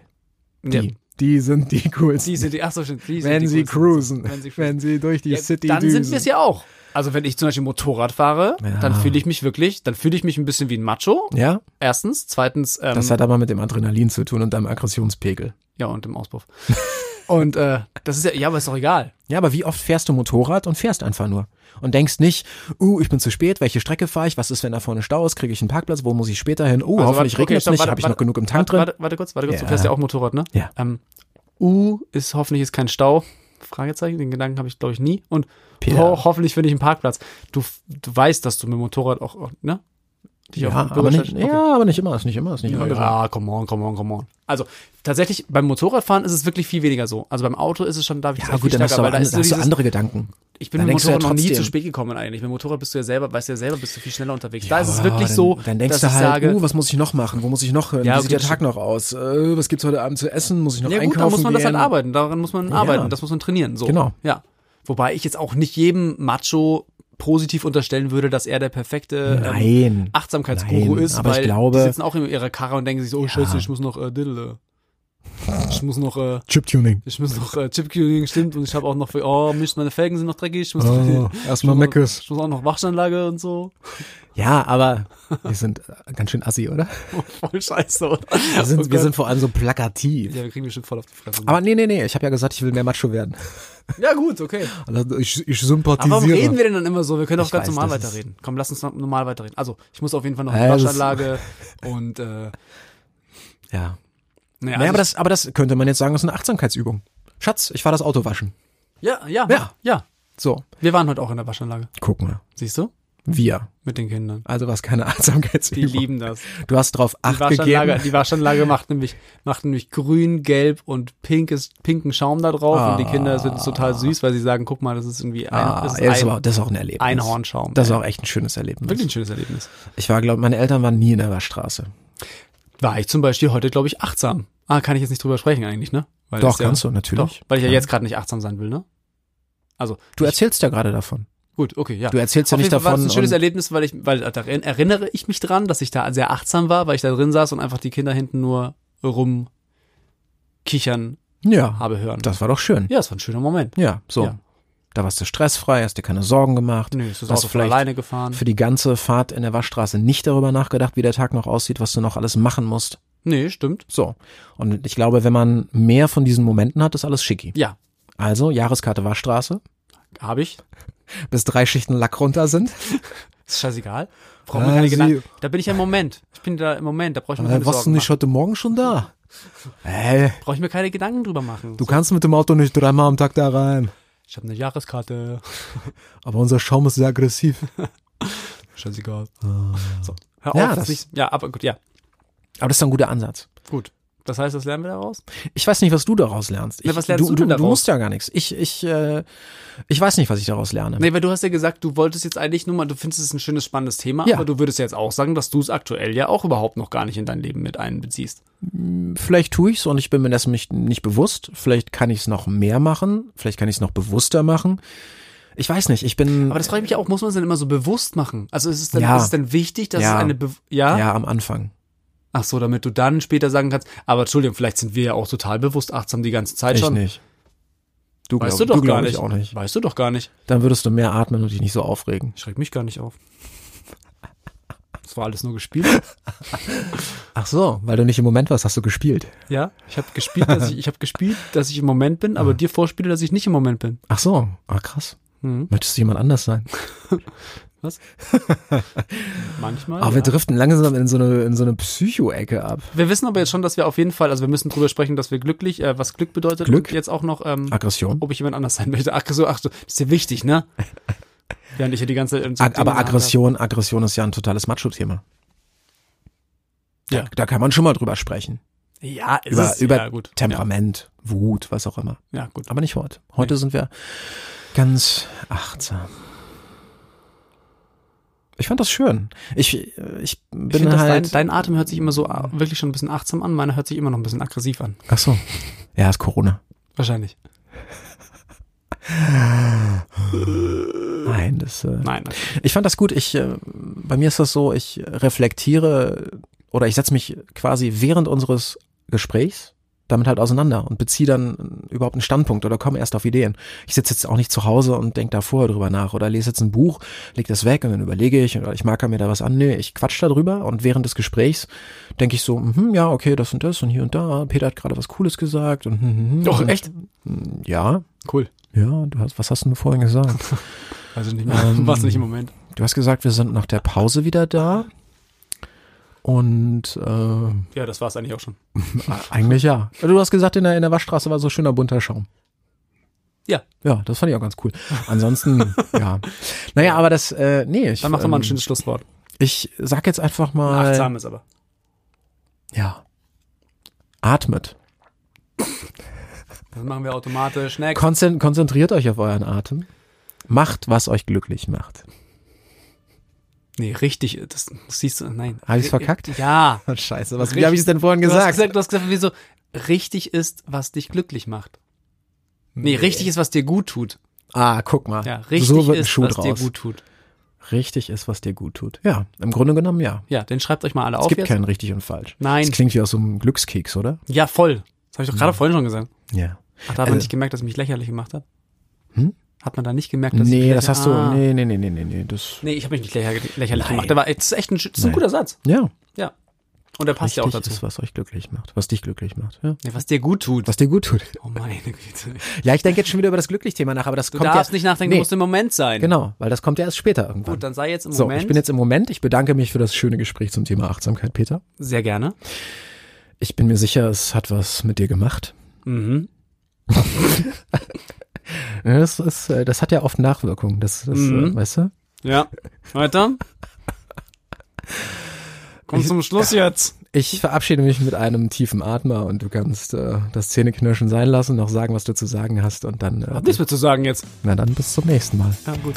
ja,
Die, die sind die coolsten.
die sind die, ach so, stimmt, die sind
wenn
die
sie
coolsten.
cruisen,
Wenn sie cruisen.
wenn sie durch die
Ja,
City
dann
düsen.
sind wir es ja auch. Also wenn ich zum Beispiel Motorrad fahre,
Ja.
dann fühle ich mich wirklich, dann fühle ich mich ein bisschen wie ein Macho.
ja,
Erstens, zweitens, ähm,
das hat aber mit dem Adrenalin zu tun und deinem Aggressionspegel.
ja und im Auspuff. und äh, das ist ja, ja, aber ist doch egal.
Ja, aber wie oft fährst du Motorrad und fährst einfach nur und denkst nicht, uh, ich bin zu spät, welche Strecke fahre ich, was ist, wenn da vorne Stau ist, kriege ich einen Parkplatz, wo muss ich später hin, oh, hoffentlich
Also warte, okay,
regnet es
stopp,
nicht,
warte,
habe ich
warte,
noch genug im Tank
warte,
drin.
Warte, warte kurz, warte kurz. Du
Ja.
fährst ja auch Motorrad, ne?
Ja.
Ähm, uh, ist hoffentlich ist kein Stau. Fragezeichen, den Gedanken habe ich glaube ich nie. Und
Peter.
ho hoffentlich finde ich einen Parkplatz. Du, f- du weißt, dass du mit dem Motorrad auch, auch, ne? Dich
Ja,
auf den
aber nicht,
Bürgersteig- Okay.
ja, aber nicht immer, ist nicht immer, ist nicht
Ja,
immer.
ja, come on, come on, come on. Also tatsächlich beim Motorradfahren ist es wirklich viel weniger so. Also beim Auto ist es schon, darf ich
Ja,
sagen,
gut,
viel
dann hast du,
stärker,
aber
weil da
an,
ist so
hast du
dieses,
andere Gedanken.
ich bin
dann
mit dem
denkst du ja
Motorrad noch nie
trotzdem-
zu spät gekommen eigentlich. Mit dem Motorrad bist du ja selber, weißt du ja selber, bist du viel schneller unterwegs. da ist es
Aber
wirklich
dann,
so,
Dann denkst
dass
du
ich
halt,
sage,
oh, was muss ich noch machen? Wo muss ich noch
Ja,
hin? Wie
okay,
sieht der
das
Tag noch aus? Äh, was gibt's heute Abend zu essen? Muss ich noch
ja
einkaufen
gut, da muss man das
gehen?
halt arbeiten. Daran muss man arbeiten,
Ja.
das muss man trainieren. So.
Genau.
Ja. Wobei ich jetzt auch nicht jedem Macho positiv unterstellen würde, dass er der perfekte ähm,
Nein.
Achtsamkeitsguru
Nein,
ist,
aber ich
weil
glaube-
die sitzen auch in ihrer Karre und denken sich so, oh scheiße, ich muss noch äh, Diddle. äh. Ich muss noch äh,
Chiptuning.
Ich muss noch äh, Chiptuning, stimmt, und ich habe auch noch, oh Mist, meine Felgen sind noch dreckig, ich muss,
Oh,
noch,
erstmal
ich muss noch,
Meckes.
ich muss auch noch Waschanlage und so.
Ja, aber wir sind äh, ganz schön assi, oder?
Voll scheiße, oder?
Wir sind,
Oh
wir
Gott.
sind vor allem so plakativ.
ja, wir kriegen bestimmt voll auf die Fresse.
Aber Ah, nee, nee, nee, ich habe ja gesagt, ich will mehr Macho werden.
ja gut, okay.
Also Ich, ich
Aber
sympathisiere.
warum reden wir denn dann immer so? Wir können doch
Ich
ganz
weiß,
normal
das ist-
weiterreden. Komm, lass uns noch normal weiterreden. Also, ich muss auf jeden Fall noch
Ja,
eine
das-
Waschanlage und, äh, naja,
Ja.
also
Naja, aber
ich-
das, aber das könnte man jetzt sagen, ist eine Achtsamkeitsübung. Schatz, ich fahr das Auto waschen.
ja, ja,
Ja.
ja,
So.
Wir waren heute auch in der Waschanlage.
Guck mal.
Siehst du?
Wir.
Mit den Kindern.
Also war es keine
Die
Achtsamkeitsübung.
lieben das.
Du hast drauf
Die
Acht
Waschanlage,
gegeben.
die Waschanlage macht nämlich, macht nämlich grün, gelb und pinkes, pinken Schaum da drauf und die Kinder sind total süß, weil sie sagen, guck mal, das ist irgendwie ein,
Ah,
das ist
ja, das,
ein
war, das ist auch ein Erlebnis.
Einhornschaum.
Das ist auch echt ein schönes Erlebnis.
wirklich ein schönes Erlebnis.
Ich war, glaube meine Eltern waren nie in der Waschstraße.
War ich zum Beispiel heute, glaube ich, achtsam. Ah, kann ich jetzt nicht drüber sprechen eigentlich, ne? Weil
Doch,
das ja,
kannst du, natürlich.
Doch, weil ich ja
Ja.
jetzt gerade nicht achtsam sein will, ne? Also,
Du
ich,
erzählst ja gerade davon.
gut, okay, ja.
Du erzählst ja
Auf
nicht
jeden Fall war
davon.
das ein schönes
und-
Erlebnis, weil ich, weil da erin- erinnere ich mich dran, dass ich da sehr achtsam war, weil ich da drin saß und einfach die Kinder hinten nur rumkichern
ja,
habe hören.
das war doch schön.
Ja, es war ein schöner Moment.
Ja, so.
Ja. Mhm.
Da warst du stressfrei, hast dir keine Sorgen gemacht.
Nö, es ist
Hast
auch
du
von
vielleicht
alleine gefahren.
Für die ganze Fahrt in der Waschstraße nicht darüber nachgedacht, wie der Tag noch aussieht, was du noch alles machen musst.
Nee, stimmt.
So. Und ich glaube, wenn man mehr von diesen Momenten hat, ist alles schicki.
Ja,
Also, Jahreskarte Waschstraße.
habe ich.
bis drei Schichten Lack runter sind.
Ist scheißegal. Braucht man keine
Ah,
Gedanken.
sie-
Da bin ich ja im Moment. Ich bin da im Moment. Da brauche ich mir
Äh,
keine
warst du
Sorgen
nicht
machen.
heute Morgen schon da? Hey,
Brauche ich mir keine Gedanken drüber machen.
du kannst mit dem Auto nicht dreimal am Tag da rein.
Ich habe eine Jahreskarte.
Aber unser Schaum ist sehr aggressiv.
Scheißegal. So. Hör
Ah. Ja,
auf,
das-
das nicht. Ja, aber gut, ja.
Aber das ist doch ein guter Ansatz.
Gut. Das heißt, das lernen wir daraus?
Ich weiß nicht, was du daraus lernst. Ich,
Na, was lernst du
du,
denn
du
daraus?
musst ja gar nichts. Ich, ich, äh, ich weiß nicht, was ich daraus lerne.
Nee, weil du hast ja gesagt, du wolltest jetzt eigentlich nur mal, du findest es ein schönes, spannendes Thema,
Ja.
aber du würdest ja jetzt auch sagen, dass du es aktuell ja auch überhaupt noch gar nicht in dein Leben mit einbeziehst.
Vielleicht tue ich's und ich bin mir dessen nicht, nicht bewusst. Vielleicht kann ich's noch mehr machen. Vielleicht kann ich's noch bewusster machen. Ich weiß nicht. Ich bin
Aber das frage ich mich auch, muss man es denn immer so bewusst machen? Also ist es dann,
Ja.
ist es denn wichtig, dass
Ja.
es eine, Be ja?
ja am Anfang.
Ach so, damit du dann später sagen kannst, aber Entschuldigung, vielleicht sind wir ja auch total bewusst achtsam die ganze Zeit
Ich
schon.
nicht. Genau. Du
Weißt
glaub-
du doch
glaub
gar
ich
nicht.
auch nicht.
Weißt du doch gar nicht.
Dann würdest du mehr atmen und dich nicht so aufregen.
Ich reg mich gar nicht auf. Das war alles nur gespielt.
Ach so, weil du nicht im Moment warst, hast du gespielt.
Ja, ich habe gespielt, dass ich, ich habe gespielt, dass ich im Moment bin, aber dir vorspiele, dass ich nicht im Moment bin.
Ach so, ah krass.
Mhm.
Möchtest du jemand anders sein?
Manchmal.
Aber
ja.
wir driften langsam in so eine, in so eine Psycho-Ecke ab.
Wir wissen aber jetzt schon, dass wir auf jeden Fall, also wir müssen drüber sprechen, dass wir glücklich, äh, was Glück bedeutet.
Glück?
Und jetzt auch noch, ähm,
Aggression.
ob ich jemand anders sein möchte. Ach so, ach so, das ist ja wichtig, ne? Während ich ja die ganze Zeit. ähm, so
Ag
Dinge
aber
habe.
Aggression, Aggression ist ja ein totales Macho-Thema.
Ja.
Da, da kann man schon mal drüber sprechen.
Ja, es
Über,
ist,
über
ja, gut.
Temperament, Wut, was auch immer.
Ja, ja, gut.
Aber nicht heute. Heute sind wir ganz achtsam. Ich fand das schön. Ich, äh, ich bin
Ich finde, dass
halt.
dein, dein Atem hört sich immer so ah, wirklich schon ein bisschen achtsam an, meiner hört sich immer noch ein bisschen aggressiv an.
ach so. Ja, ist Corona.
Wahrscheinlich.
Nein, das. Äh,
Nein. Okay.
Ich fand das gut. Ich, äh, bei mir ist das so, ich reflektiere oder ich setze mich quasi während unseres Gesprächs damit halt auseinander und beziehe dann äh, überhaupt einen Standpunkt oder komme erst auf Ideen. Ich sitze jetzt auch nicht zu Hause und denke da vorher drüber nach oder lese jetzt ein Buch, leg das weg und dann überlege ich oder ich marker mir da was an. Nee, ich quatsch da drüber und während des Gesprächs denke ich so, mhm, ja, okay, das und das und hier und da. Peter hat gerade was Cooles gesagt und mhm, mhm.
Doch,
und,
echt?
Ja,
Hm. Cool.
ja, du hast, was hast du denn vorhin gesagt?
Also nicht mehr.
Ähm,
Warst du nicht im Moment.
Du hast gesagt, wir sind nach der Pause wieder da. Und äh,
Ja, das war's eigentlich auch schon.
eigentlich ja. Du hast gesagt, in der, in der Waschstraße war so schöner bunter Schaum.
Ja.
Ja, das fand ich auch ganz cool. Ansonsten, ja. Naja, aber das, äh, nee, ich.
Dann mach doch mal ein
ähm,
schönes Schlusswort.
Ich sag jetzt einfach
Ein
mal.
achtsames aber.
Ja. Atmet.
Das machen wir automatisch. Next.
Konzen konzentriert euch auf euren Atem. Macht, was euch glücklich macht.
Nee, richtig. Das, das siehst du. Nein.
Hab ich's verkackt?
Ja.
Scheiße, was,
Richtig.
wie habe ich es denn vorhin
Du hast
gesagt?
gesagt, du hast gesagt, wie so richtig ist, was dich glücklich macht. Nee, richtig ist, was dir gut tut.
Ah, guck mal.
Ja, richtig
so wird ein
ist,
Schuh
was
draus.
dir gut tut.
richtig ist, was dir gut tut. Ja, im Grunde genommen ja.
Ja, den schreibt euch mal alle
Es
auf
gibt
jetzt.
keinen richtig und falsch.
Nein.
Das klingt wie aus so einem Glückskeks, oder?
Ja, voll. Das habe ich doch gerade vorhin schon gesagt.
Ja.
Ach, da hat man
Also-
nicht gemerkt, dass ich mich lächerlich gemacht habe?
Hm?
Hat man da nicht gemerkt, dass ich
Nee,
mich
das
lächer-
hast du.
Ah.
Nee, nee, nee, nee, nee, nee. Das.
Nee, ich habe mich nicht lächerlich, lächerlich
Nein.
gemacht. Der war, das ist echt ein, sch- das ist ein
Nein.
guter Satz.
Ja.
Ja. Und der passt ja auch
richtig
dazu.
Ist, was euch glücklich macht. Was dich glücklich macht. Ja.
Nee, was dir gut tut.
Was dir gut tut.
Oh meine Güte.
Ja, ich denke jetzt schon wieder über das Glücklich-Thema nach, aber das
Du
kommt
darfst
ja,
nicht nachdenken, du musst im Moment sein.
Genau, weil das kommt ja erst später irgendwann.
Gut, dann sei jetzt im
so,
Moment.
ich bin jetzt im Moment. Ich bedanke mich für das schöne Gespräch zum Thema Achtsamkeit, Peter.
Sehr gerne.
Ich bin mir sicher, es hat was mit dir gemacht.
Mhm.
Ja, Das, ist, äh, das hat ja oft Nachwirkungen. Das, das
Mhm.
äh, weißt du?
Ja. Weiter. Komm zum Schluss jetzt.
Ich verabschiede mich mit einem tiefen Atmer und du kannst äh, das Zähneknirschen sein lassen, noch sagen, was du zu sagen hast und dann, äh,
Was bist du zu sagen jetzt?
na dann bis zum nächsten Mal.
Ja, gut.